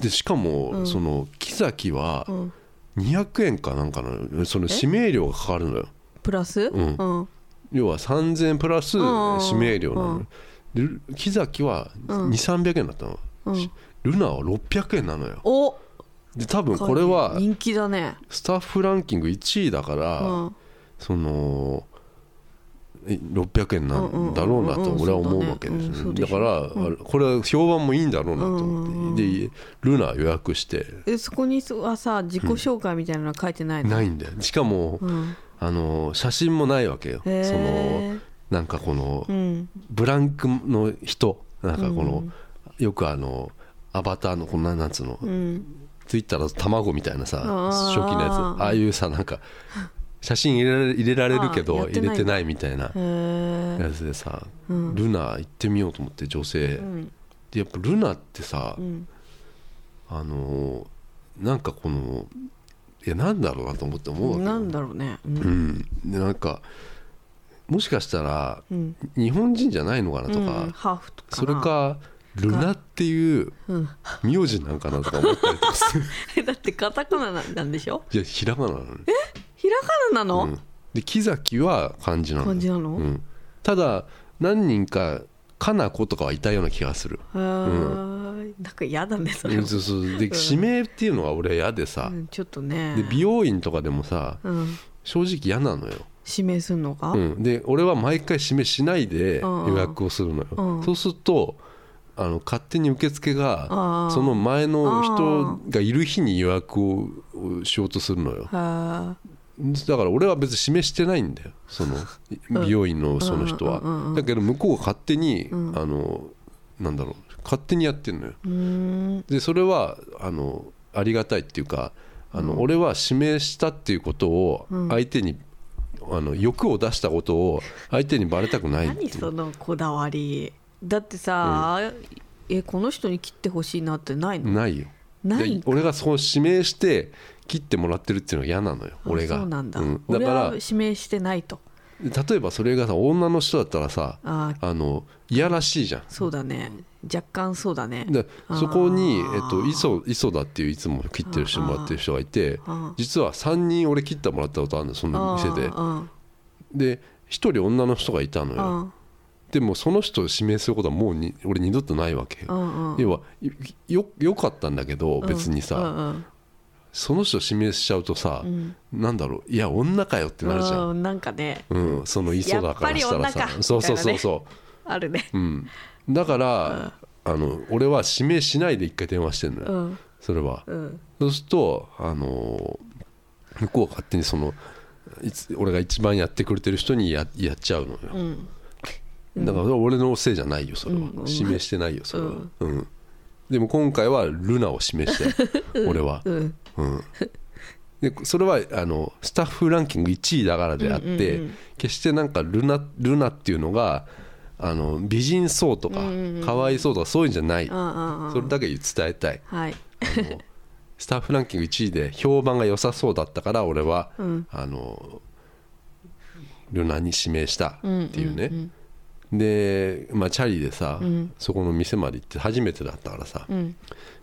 でしかも、うんその木崎はうん200円かなんかなのよその指名料がかかるのよプラスんうん要は3000プラスうんうんうん指名料なのよ、で木崎はうん2300円だったの、うんルナは600円なのよおで多分これは人気だねスタッフランキング1位だから、うんそのえ600円なんだろうなうんうんうんとうん俺は思うわけでうんすそねうでだしょからうんあれこれは評判もいいんだろうなとうんうんう思んってでルナ予約してえそこにはさ自己紹介みたいなのは書いてないの、ないんだよしかもうん、あの写真もないわけよそへのえなんかこのうんブランクの人なんかこうのんよくあのアバターのこんななんつうのうんついたら卵みたいなさあー初期のやつああいうさなんか写真入れられ入れられるけあーやどって入ないんだれてないみたいなへえやつでさうんルナ行ってみようと思って女性うんでやっぱルナってさうんあのーなんかこのいやなんだろうなと思って思うわけよなんだろうねううんんでなんかもしかしたらうん日本人じゃないのかなとうん、かハーフとかなそれかルナっていううん、 [LAUGHS] 名字なんかなとか思ったりとかするだってカタカナなんでしょいやひらがななのねひらがななの、うんで木崎は漢字なの感じなの、うへんただ何人かかな子とかはいたような気がするえ、なんか嫌だねそれうもんそうそうで指名っていうのが俺は嫌でさう、ん、ちょっとねで美容院とかでもさうん、正直嫌なのよ、指名するのか、うん、で俺は毎回指名しないでうんうん予約をするのよ、うんそうするとあの勝手に受付あがーその前の人がいる日に予約をしようとするのよはだから俺は別に指名してないんだよそ [LAUGHS] のん美容院のその人は、うんうんうんうんだけど向こうが勝手に、うんあのなんだろう勝手にやってんのよあうーんでそれはあのありがたいっていうかあの、俺は指名したっていうことをうん相手に、あの欲を出したことを相手にバレたくないってい何うそのこだわりだってさ、えこの人に切ってほしいなってないのないよないで俺がそう指名して切ってもらってるっていうのが嫌なのよ俺があそうなんだ、うんだ俺かはら指名してないと例えばそれがさ女の人だったらさあーあのいやらしいじゃんそうだね若干そうだねであーそこに、えっと、磯磯田っていういつも切ってる人もらってる人がいてあー実は3人俺切ってもらったことあるのその店であで1人女の人がいたのーよでもその人を指名することはもうに俺二度とないわけあーよあーあー要はいよよかったんだけど別にうさんうんその人を指名しちゃうとさうんなんだろういや女かよってなるじゃんうんなんかねうんその磯田からしたらやっぱり女かみたいなさねそうそうそうそうあるねうん、だから、あの俺は指名しないで一回電話してんのよ、うんそれは、うんそうすると、あのー向こうが勝手にそのいつ俺が一番やってくれてる人にややっちゃうのよ、うんだから俺のせいじゃないよそれは、うんうん指名してないよそれは、ううんんでも今回はルナを指名して俺は、 [LAUGHS] うんうん、でそれはあのスタッフランキング1位だからであって、うんうんうん決してなんかルナルナっていうのがあの美人そうとか、かわいそうとかそういうんじゃない、あーあーあーそれだけ伝えたいはいあのスタッフランキング1位で評判が良さそうだったから俺は、うんあのルナに指名したっていうね、うんうんで、まあ、チャリでさ、うんそこの店まで行って初めてだったからさ、うん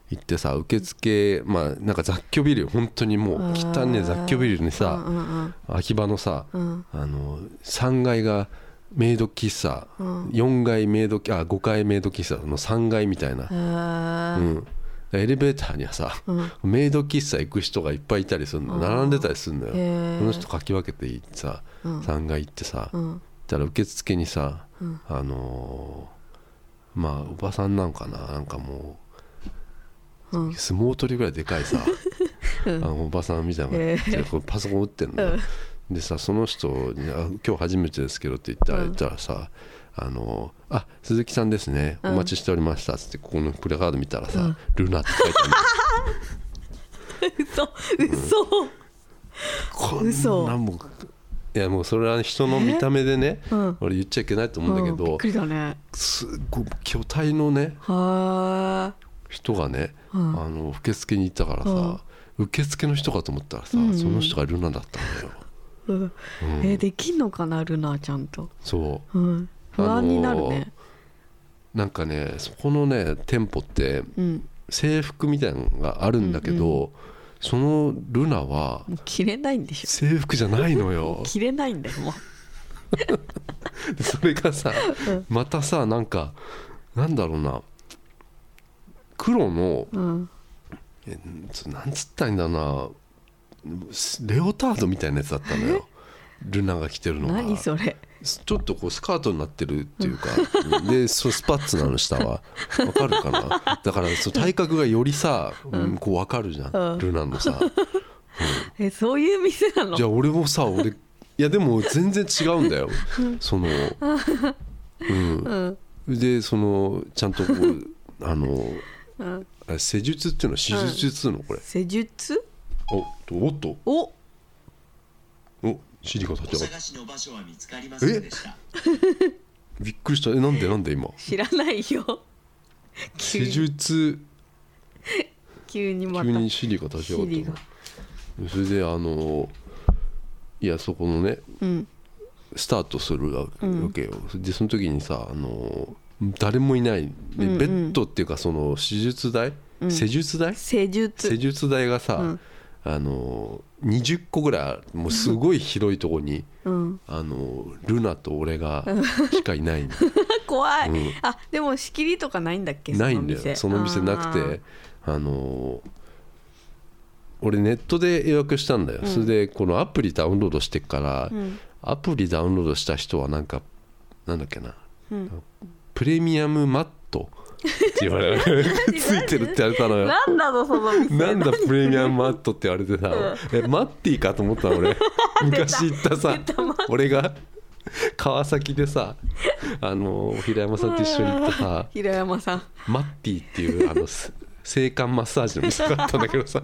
行ってさ受付まあなんか雑居ビル本当にもうあー汚ね雑居ビルにうさんうん秋葉のさ、うんあの3階がメイド喫茶、うん4階メイドあ5階メイド喫茶の3階みたいな、あうーん、エレベーターにはさ、うんメイド喫茶行く人がいっぱいいたりするのあー並んでたりするのよへーその人かき分けて行ってさ、うん3階行ってさ、うん行ったら受付にさ、うんあのーまあおばさんなんかななんかもううん相撲取りぐらいでかいさ、 [LAUGHS] うんあのおばさんみたいなのがええでこうパソコン打ってんのよ、でさその人にあ「今日初めてですけど」って言ったら,、うん言ったらさ「あのあ鈴木さんですねおうん待ちしておりました」っつってここのプラカード見たらさ「うんルナ」って書いてある嘘嘘こ嘘んなもういやもうそれは人の見た目でね、うん俺言っちゃいけないと思うんだけうんびど、っくりだねすっごい巨体のねは人がね、うんあの受付に行ったからさ、受付の人かと思ったらさ、うんうんその人がルナだったんだよー、うんえーできんのかなルナちゃんと、そうん、不安になるね、うなんかねそこのね店舗ってうん制服みたいなのがあるんだけど、そのルナはもう着れないんでしょ制服じゃないの [LAUGHS] よ着れないんだよもうでそれがさうんまたさなんかなんだろうな黒のうん、えつなんつったらいいんだろうなスレオタードみたいなやつだったのよルナが着てるのが何それすちょっとこうスカートになってるっていうか、でそうスパッツなの下はわかるかなだからそう体格がよりさ、うんこうわかるじゃん、うんルナのさえそういう店なのじゃあ俺もさ俺いやでも全然違うんだよそのうんうんでそのちゃんとこ [LAUGHS] うあのうん、あれ施術っていうの手術っていうのこれ、施術おおっとおお尻が立おち上がっ探しの場所は見つかりませんでした。たびっくりしたえなんでなんで今知らないよ施急に術急にま急たに尻が立ち上が尻ったがのそれであのいやそこのねうんスタートするわうんわけよ、でその時にさあの誰もいないでうんうんベッドっていうかその手術台、うん施術台施術施術台がさ、うんあの20個ぐらいもうすごい広いとこにうんあのルナと俺がしかいない [LAUGHS] の怖い、うんあでも仕切りとかないんだっけないんだよその店なくてあのー俺ネットで予約したんだよ、うんそれでこのアプリダウンロードしてっから、あーうんアプリダウンロードした人はなんかなんだっけなうんプレミアムマットって言わ [LAUGHS] れるついてるって言われたのよなんだぞその店なんだプレミアムマットって言われてさ、えマッティかと思ったの [LAUGHS] 俺昔行 [LAUGHS] ったさ出たマッテ俺が川崎でさあの平山さんと一緒に行ったさ平山さんマッティっていうあ [LAUGHS] のす性感マッサージの店があったんだけどさ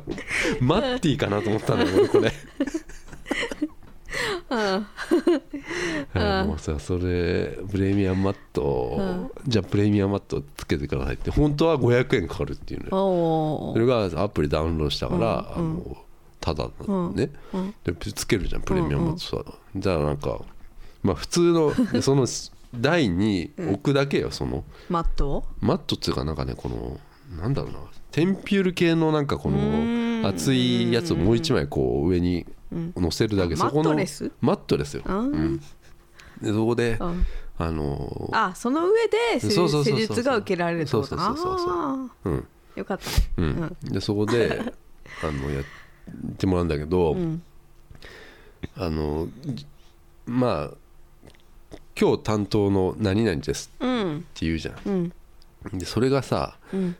マッティかなと思ったんだよ俺こ [LAUGHS] れ [LAUGHS] あのさそれプレミアムマットをじゃあプレミアムマットつけてくださいって本当は500円かかるっていうのよおそれがアプリダウンロードしたから、うんあのただのね、うんでつけるじゃんプレミアムマットさ、じゃあなんかまあ普通のその [LAUGHS] 台に置くだけよそのマットマットっていうかなんかねこのなんだろうなテンピュール系のなんかこうーのん熱いやつをもう一枚こう上に乗せるだけ、うんそこのマットレスマットレスよ、あーうんでそこで、うんあのーあその上で施そうそうそうそう施術が受けられるってことそうそうそうそうあうんーよかったううんん、でそこ [LAUGHS] であのやってもらうんだけど、んあのじまあ今日担当の何々ですっうんて言うじゃんうんでそれがさうん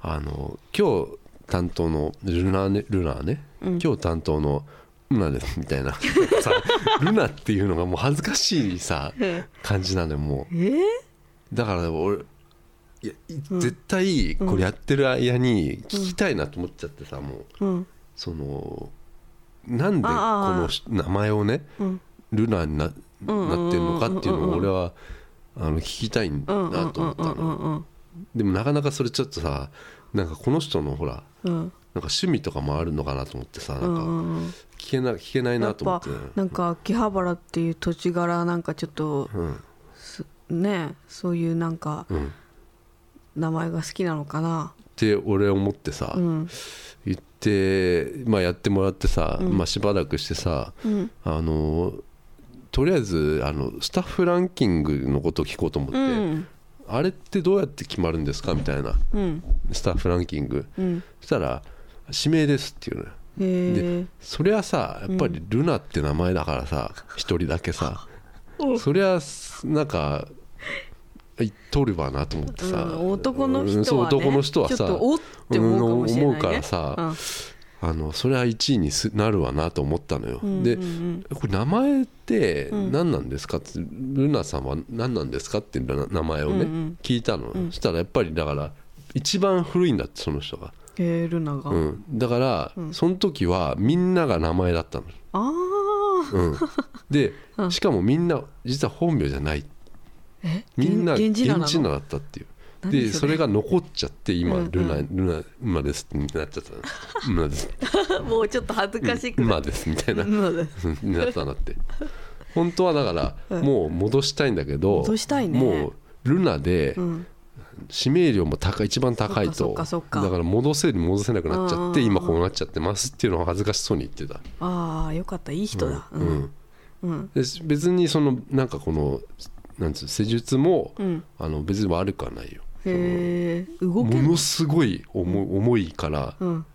あの今日担当のルナねルナね、うん今日担当のルナですみたいな [LAUGHS] さルナっていうのがもう恥ずかしいさうん感じなのよもえーうだから俺いやい絶対これやってる間に聞きたいなと思っちゃってさもううんそのなんでこああのし名前をねうんルナになうんうんうんなってるのかっていうのを俺はあの聞きたいんだうんうんなと思ったうんうんのうんでもなかなかそれちょっとさなんかこの人のほらうんなんか趣味とかもあるのかなと思ってさうなんんうかんうん聞けな聞けないやなっと思ぱってなんか秋葉原っていう土地柄なんかちょっとうんねえそういうなんかうんっ名前が好きなのかなて俺思ってさうん言ってまあやってもらってさまあしばらくしてさうんあのとりあえずあのスタッフランキングのことを聞こうと思っうて。んあれってどうやって決まるんですかみたいなうんスタッフランキングうんそしたら「指名です」っていうのよへえそりゃさやっぱり「ルナ」って名 [LAUGHS] 前だからさ一、人だけさそりゃなんか言っとればなと思ってさ、うん、男の人は、ね、そう男の人はちょさっとおって思うかもしれない、ねうん思うからさうんあのそれは1位にすなるわなと思ったのよ、うんでうんこれ名前ってうん何なんですかって、ルナさんは何なんですかっていうな名前をね、うんうん聞いたの、うんそしたらやっぱりだから一番古いんだってその人が、えールナが、うん、だから、うんその時はみんなが名前だったの、ああうん、で、うんしかもみんな実は本名じゃないえみんな源源源氏氏名な名のだったっていうで何それが残っちゃって今、うんうんルナルナ馬ですってなっちゃったの馬ですもうちょっと恥ずかしくな馬っですみたいな馬です [LAUGHS] になったなって本当はだから、うんもう戻したいんだけど戻したいねもうルナでうん指名料も高い一番高いそっとかそっかそっかだから戻せる戻せなくなっちゃってうんうんうん今こうなっちゃってますっていうのを恥ずかしそうに言ってたああよかったいい人だううんんうんで別にそのなんかこのなんつう施術も、うんあの別に悪くはないよへえ動もけるのすごい重い重いから、うん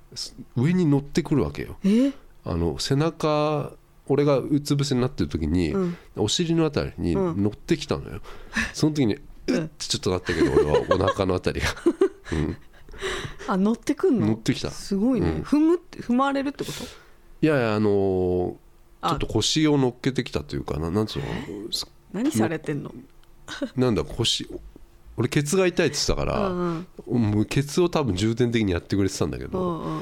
上に乗ってくるわけよえあの背中俺がうつ伏せになってる時に、うんお尻のあたりにうん乗ってきたの [LAUGHS] よ、その時にううんっってちょっとなったけど俺 [LAUGHS] はお腹のあたりが、うん、あ乗ってくんの乗ってきたすごいね、うん踏むって踏まれるってこといやいやあのーあちょっと腰を乗っけてきたというかななんつうのす何されてんのなんだ腰俺ケツが痛いって言ってたかうんら、うんもうケツを多分重点的にやってくれてたんだけうど、んうん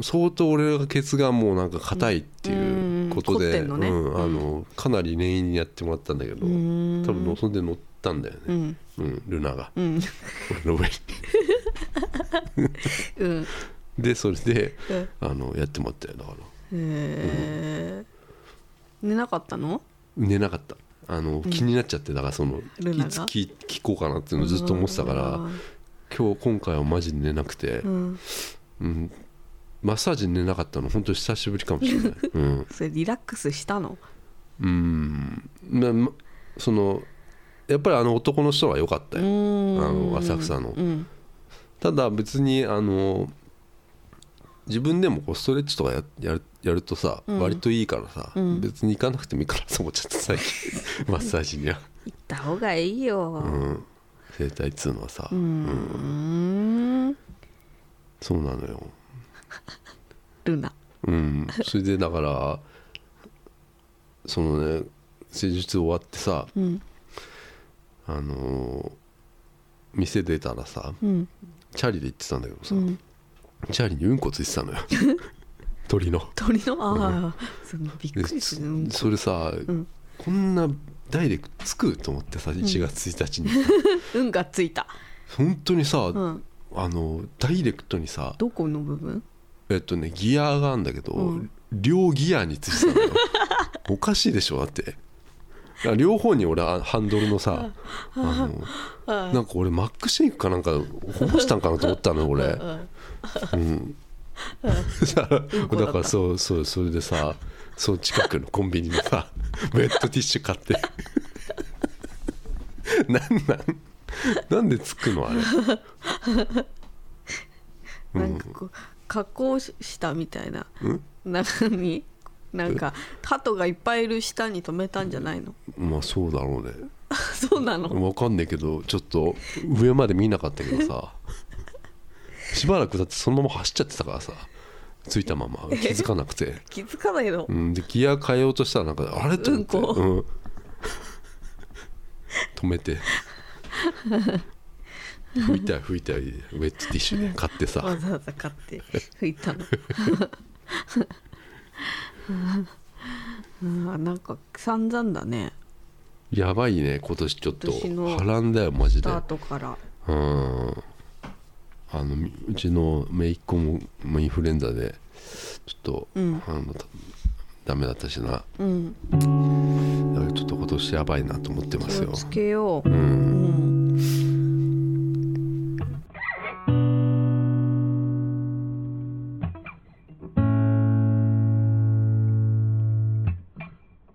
相当俺がケツがもうなんか硬いっていうことで、うんううんん凝ってんのねあのかなり念入りにやってもらったんだけど、うん多分のそんで乗ったんだよね、うんうん、ルナがうん [LAUGHS] 俺の上にうんでそれでへあのやってもらったよだからえ寝なかったの寝なかったあの気になっちゃってだからそのいつルナが聞聞こうかなっていうのをずっと思ってたから今日今回はマジで寝なくてう、んうん、マッサージ寝なかったの本当久しぶりかもしれ [LAUGHS] ないうん、それリラックスしたのうんままそのやっぱりあの男の人は良かったよあのの浅草のうんただ別にあの自分でもこうストレッチとかややるやるとさ、うん割といいからさ、うん別に行かなくてもいいからと思っちゃった最近 [LAUGHS] マッサージには、行った方がいいようん、整体っつうのはさ、うんそうなのよルナうんそれでだからそのね施術終わってさうんあのー店出たらさうんチャリで行ってたんだけどさ、うんチャリにうんこついてた [LAUGHS] のよ鳥の鳥のああそのびっでくりするうんそれさ、んこんなダイレクトつくと思ってさ1月1日に、うんがついた本当にさ、うんあのダイレクトにさどこの部分えっとねギアがあるんだけど、うん両ギアについてた [LAUGHS] のよおかしいでしょだってだから両方に俺あハンドルのさああのなんか俺マックシェイクかなんか保護したんかなと思ったのよ俺んうんだからこだっただからそうそうそれでさその近くのコンビニでさウェットティッシュ買 [LAUGHS] ってなんなんなんでつくのあれなんかこう加工したみたいなうん中になんか鳩がいっぱいいる下に止めたんじゃないの [LAUGHS] まあそうだろうねそうなのわかんないけどちょっと上まで見なかったけど [LAUGHS] さしばらくだってそのまま走っちゃってたからさついたまま気づかなくて、気づかないのうん、でギア変えようとしたらなんかあれと思って、うんこうん止めて拭いたり拭いたりウェットティッシュで買ってわさざわざ買って [LAUGHS] 拭いたの [LAUGHS] うんなんか散々だねやばいね今年ちょっと今年の波乱だよマジでスタートからうんあのみうちの姪っ子ももうインフルエンザでちょっと、うんあのたダメだったしなうんだからちょっと今年やばいなと思ってま気すをよつけようう、うんん、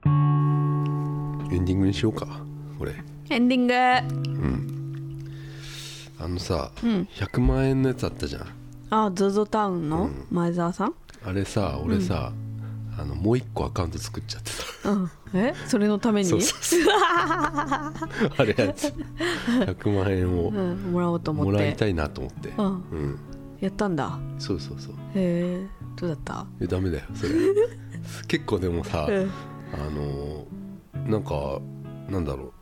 エンディングにしようかこれエンディングあのさ、うん100万円のやつあったじゃんあ ZOZO タウンの前澤さんあれさ俺さ、あのもう一個アカウント作っちゃってうん、えそれのためにそうそ [LAUGHS] たあれやつ100万円をうん、もらおうと思ってもらいたいなと思ってうんうん、やったんだそうそうそうへえどうだったえダメだよそ [LAUGHS] れ結構でもさ、うんあのーなんかなんだろ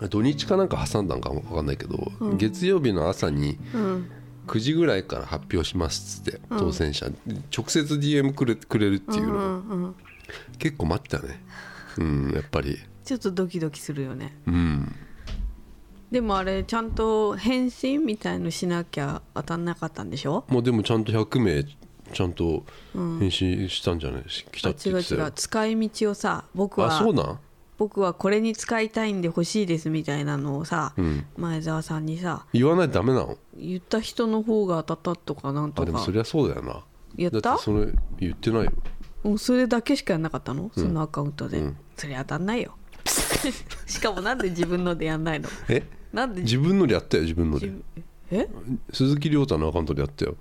う [CLEARS THROAT] 土日かなんか挟んだんかも分かんないけど、うん月曜日の朝にうん9時ぐらいから発表しますっつってうん当選者、直接 DM くれくれるっていうの、うんうんうん、結構待ったねうんやっぱりちょっとドキドキするよねうんでもあれちゃんと返信みたいのしなきゃ当たんなかったんでしょまあでもちゃんと100名ちゃんとうん返信したんじゃないし、来あたって違言っうてた違よう使い道をさ僕あそうはなん僕はこれに使いたいんで欲しいですみたいなのをさ、うん前澤さんにさ言わないとダメなの言った人の方が当たったとかなんあとでもかそりゃそうだよなやっただってそれ言ってないよもうそれだけしかやんなかったのそのアカウントで、うんそれ当たんないよ [LAUGHS] しかもなんで自分のでやんないのえなんで自分のでやったよ自分のでえ鈴木亮太のアカウントでやったよ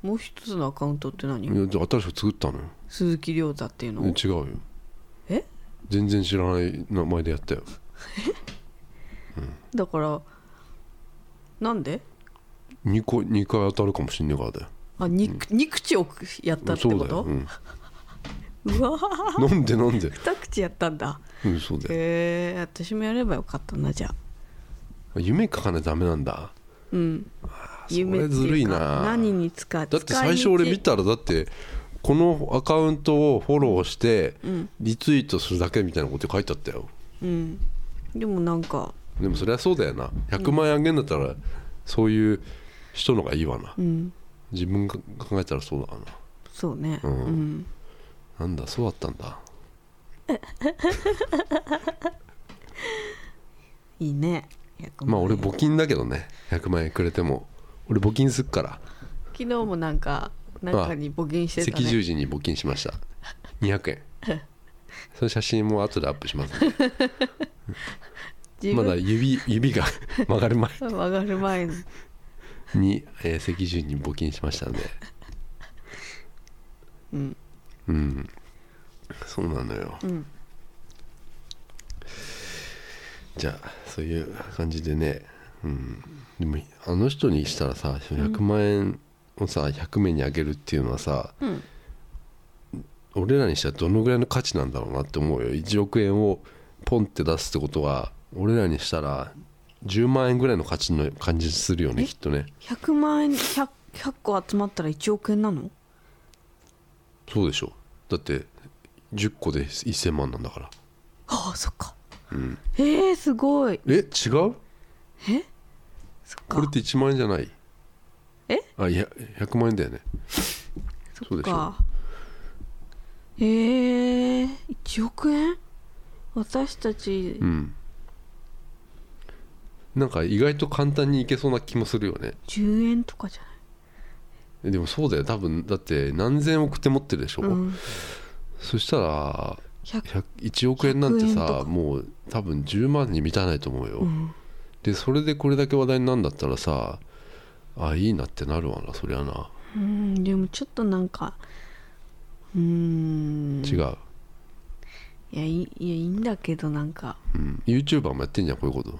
もう一つのアカウントってい何、や新しく作ったのよ鈴木亮太っていうのえ違うよえ全然知らない名前でやったよだからなんで2個二回当たるかもしんねえからだよあ肉,、肉口をやったってそこうだよ、とうん、う [LAUGHS] わなんでなんで二口やったんだうんそうだよへえ私もやればよかったなじゃあ夢書かないとダメなんだうんそれずるいな何に使うだって最初俺見たらだってこのアカウントをフォローしてうんリツイートするだけみたいなこと書いてあったようんでもなんかでもそりゃそうだよな100万円あげんだったらそういう人のがいいわなうん自分が考えたらそうだわなそうねうんうん、なんだそうだったんだいいね100万まあ俺円募金だけどね100万円くれても俺募金すっから昨日もなんかなんかに募金してた赤ね十字に募金しました200円 [LAUGHS] その写真も後でアップします、ね、自ま分だ指指が [LAUGHS] 曲がる前曲がる前にに、えー赤十字に募金しましたんで [LAUGHS] うんうんそうなのようんじゃあそういう感じでねうんでもあの人にしたらさ100万円をさ100名にあげるっていうのはさ、うん俺らにしたらどのぐらいの価値なんだろうなって思うよ1億円をポンって出すってことは俺らにしたら10万円ぐらいの価値の感じするよねきっとね100万円 100, 100個集まったら1億円なのそうでしょだって10個で1000万なんだからああそっか、うん、えー、すごいえ違うえそっかこれって1万円じゃないえあいや100万円だよねそそうっでしょかええー、1億円私たちうんなんか意外と簡単にいけそうな気もするよね10円とかじゃえでもそうだよ多分だって何千億って持ってるでしょ、ない、うん、そしたら100 100 1億円なんて100円さとかもう多分10万に満たないと思うよ、んでそれでこれだけ話題になんだったらさあいいなってなるわなそりゃな、うんでもちょっとなんかうーん違う、いやいいいやいいんだけどなんかうん、YouTuber もやってんじゃんこういうこと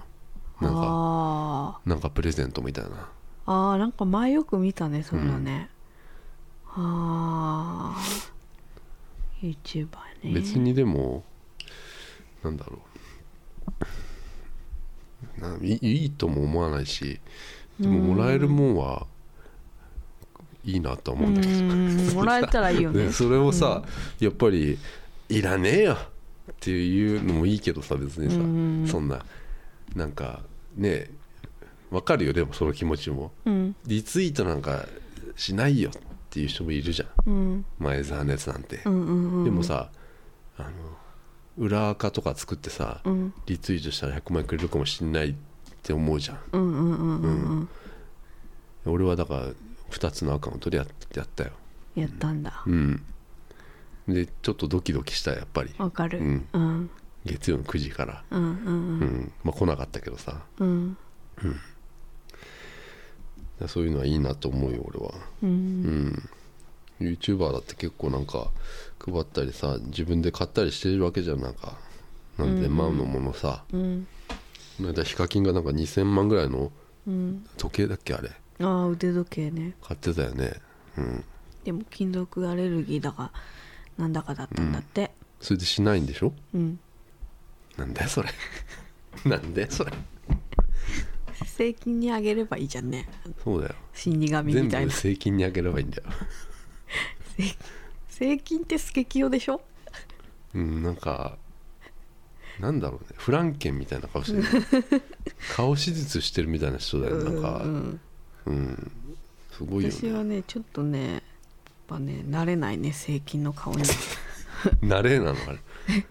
なんかあなんかプレゼントみたいなーあーなんか前よく見たねそうだね、ああ YouTuber ね別にでもなんだろうないいいとも思わないしでももらえるもんはいいなとは思うんだけどうんもらえたらいいよね [LAUGHS] ねそれをさ、やっぱりいらねえよっていうのもいいけどさ別にさ、うんそんななんかねわかるよでもその気持ちもうんリツイートなんかしないよっていう人もいるじゃんうん前澤のやつなんて、うんうんうんでもさあの裏垢とか作ってさ、うんリツイートしたら100万円くれるかもしんないって思うじゃんうんうんうんうんうん俺はだから2つのアカウントでやっやったよやったんだうんでちょっとドキドキしたやっぱりわかるうんうん月曜の9時から、うんううんんまあ、来なかったけどさうんそういうのはいいなと思うよ俺はうんうん YouTuber だって結構なんか配ったりさ自分で買ったりしてるわけじゃんなんかなんで万のものさ、うんこの間ヒカキンがなんか2000万ぐらいのうん時計だっけあれああ腕時計ね買ってたよねうんでも金属アレルギーだかなんだかだったんだってそれでしないんでしょうん、なんだよそれ [LAUGHS] なんだよそれ正規にあげればいいじゃんねそうだよ死神全みたい部な正金にあげればいいんだよ正金ってスケキヨでしょうんなんかなんだろうねフランケンみたいな顔してる [LAUGHS] 顔手術してるみたいな人だよなんかうんうんすごいよ私はねねちょっとねやっぱね慣れないね正金 [LAUGHS] の顔に慣れなのあれ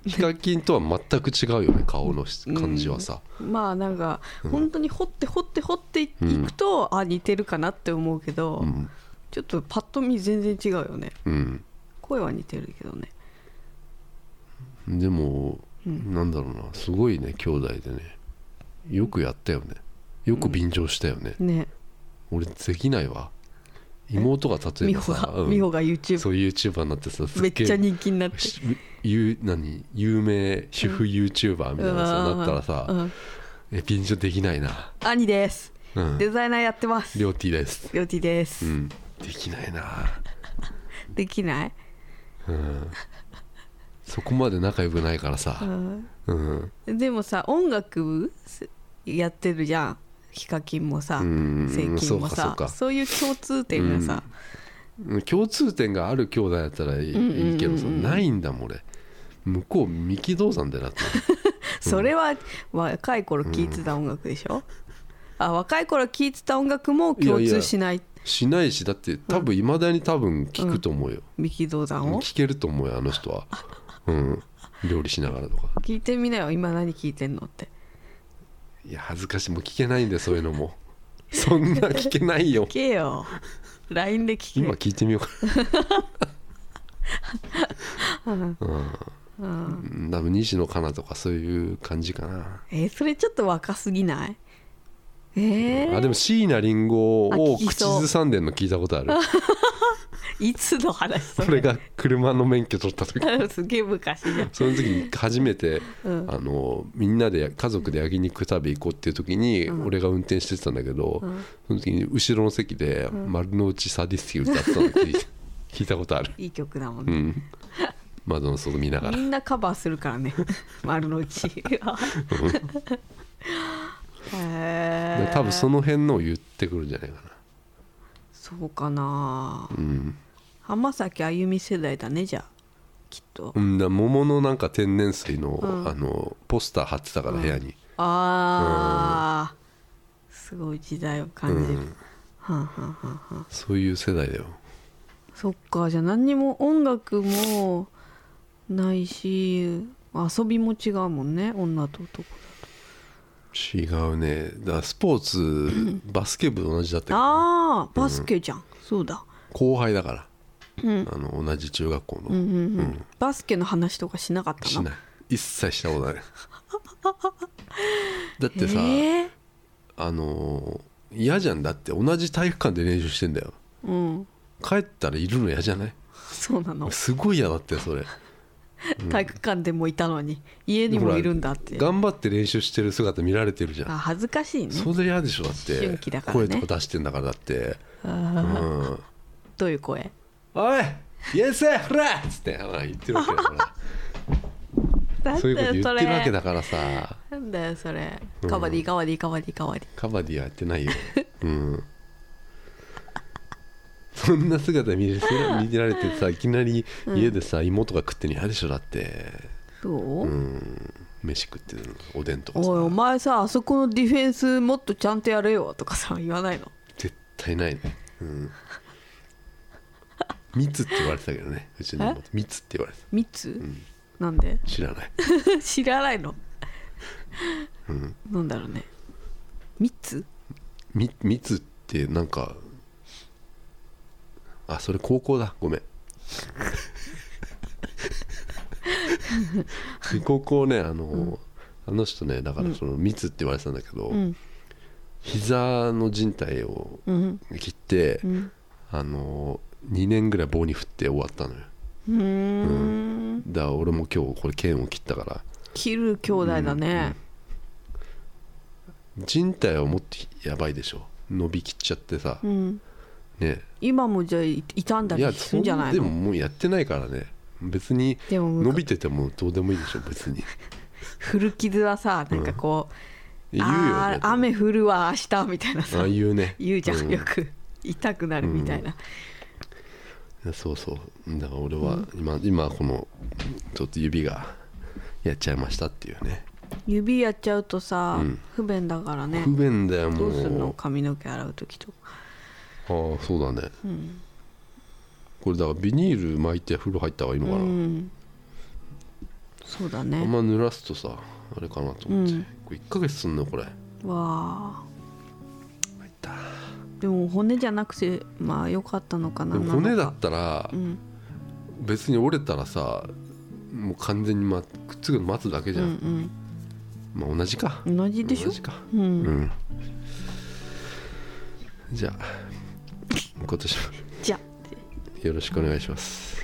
ヒカキンとは全く違うよね顔の [LAUGHS] し感じはさ、まあなんか本当に掘って掘って掘っていうんくと、あ似てるかなって思うけど、うんちょっとパッと見全然違うよねうん声は似てるけどねでも、うんなんだろうなすごいね兄弟でねよくやったよねよく便乗したよね、ね俺できないわ妹が例え美ば穂さが、うん美穂が YouTube そう YouTuber になってさすめげっえちゃ人気になってしゆ何有名主婦 YouTuber みたいなさ、なったらさ、うんえ便乗できないな兄ですうんデザイナーやってまりすりょょうてぃですうてぃです、うんできないなできない、うんそこまで仲良くないからうさ、ん、うんでもさ音楽すやってるじゃんヒカキンもさうんセイキンもそうさかそうかそういう共通点がさ、共通点がある兄弟だったらいい,、うんうんうんうんいいけどさないんだもん俺向こう三木道山でなってそれは若い頃聴いてた音楽でしょ、あ若い頃聴いてた音楽も共通しないしないしだって多分いまだに多分聞くと思うよ、三木道山を聞けると思うよあの人はうん料理しながらとか聞いてみなよ今何聴いてんのっていや恥ずかしいもう聞けないんでそういうのも [LAUGHS] そんな聞けないよ聞けよ LINE で聞今け聞いてみようか [LAUGHS] うんうんうん多分西野カナとかそういう感じかな、えーそれちょっと若すぎないえーあでも椎名林檎をあ聞き口そうずさんでんの聞いたことあるいつの話そ俺れが車の免許取った時 [LAUGHS] すげえ昔じゃんその時に初めて、うんあのみんなで家族で焼肉食べ行こうっていう時に、俺が運転してたんだけど、んその時に後ろの席で「丸の内サディスティ」歌ってたの聞い [LAUGHS] 聞いたことあるいい曲だもんうね、ん窓の外見ながらみんなカバーするから [LAUGHS] ね丸の内へえ多分その辺のを言ってくるんじゃないかなそうかなうん浜崎あゆみ世代だねじゃあきっと、うんだ桃のなんか天然水の,、うんあのポスター貼ってたから部屋に、ああ、すごい時代を感じる、うんはんはんはんはんそういう世代だよそっかじゃあ何にも音楽もないし遊びも違うもんね女と男違うねだからスポー [LAUGHS] ツバスケ部と同じだったけどああバスケじゃん、そうだ後輩だから、うんあの同じ中学校の、うんうんうん、バスケの話とかしなかったなしない一切した [LAUGHS] ことないだってさ、へえあのー嫌じゃんだって同じ体育館で練習してんだようん帰ったらいるの嫌じゃないそうなのすごい嫌だってそれ体育館でもいたのに家にもいるんだって頑張って練習してる姿見られてるじゃんあ恥ずかしいねそれ嫌でしょだっ春て季だからね声とか出してんだからだってうあーんどういう声おいイエスエフラっつってあ言ってるわけだ [LAUGHS] かならんそういうことだ言よそってるわけれだからさなんだよそれカバディカバディカバディカバデカバディはやってないようんそんな姿見 [LAUGHS] れ見られてさいきなり家でさ妹が食ってんの嫌でしょだってィどう、うん飯食ってるおでんとかさおいお前さあそこのディフェンスもっとちゃんとやれよとかさ言わないの絶対ないね [LAUGHS] うん密って言われてたけどねうちの妹密って言われてた三つ、なんで [LAUGHS] 知らない知らないの、なんだろうね三つみ密ってなんかあそれ高校だ [LAUGHS] ごめん高校ねあの、あの人ねだからその密って言われてたんだけど、うん膝の靭帯をうん切って、うんあの2年ぐらい棒に振って終わったのようーんだから俺も今日これ剣を切ったから切る兄弟だね、人体はもっとやばいでしょ伸びきっちゃってさ、うんね今もじゃあい傷んだいやりすそるんんじゃなないでのももうやってないからね別にでも伸びててもどうでもいいでしょ別 [LAUGHS] に古傷はさなんかこう、言うよあねー雨降るわ明日みたいなあさあ言うね言うじゃん、うんよく痛くなるみたいな、そうそうだから俺は今,、今このちょっと指がやっちゃいましたっていうね指やっちゃうとさ、うん不便だからね不便だよもどううするの髪の毛洗う時とかああそうだね、これだからビニール巻いて風呂入った方がいいのかうな、んそうだあねんま濡らすとさあれかなと思って、うんこれ1ヶ月すんのこれわあ入ったでも骨じゃなくてまあ良かったのかなでもなのか骨だったらうん別に折れたらさもう完全に、ま、くっつくの待つだけじうゃん、んまあ同じかうん同じでしょ同じかううん、んじゃあ今年もじゃよろしくお願いします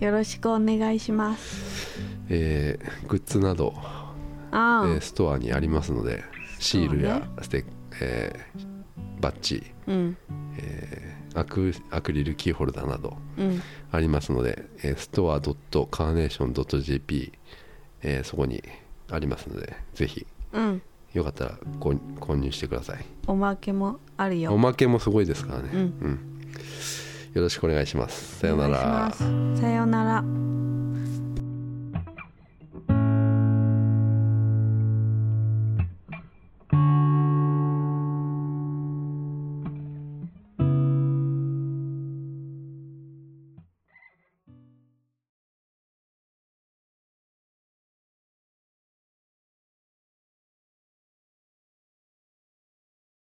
あよろしくお願いしますえーグッズなど、あえあ、ーストアにありますのでシールそやうステッ、えーバッジうんアクアクリルキーホルダーなどうんありますので、えー、ストア .carnation.jp、えーそこにありますのでぜひうんよかったらご購入してくださいおまけもあるよおまけもすごいですからね、うんうんよろしくお願いしますさようなお願いらしますさようなら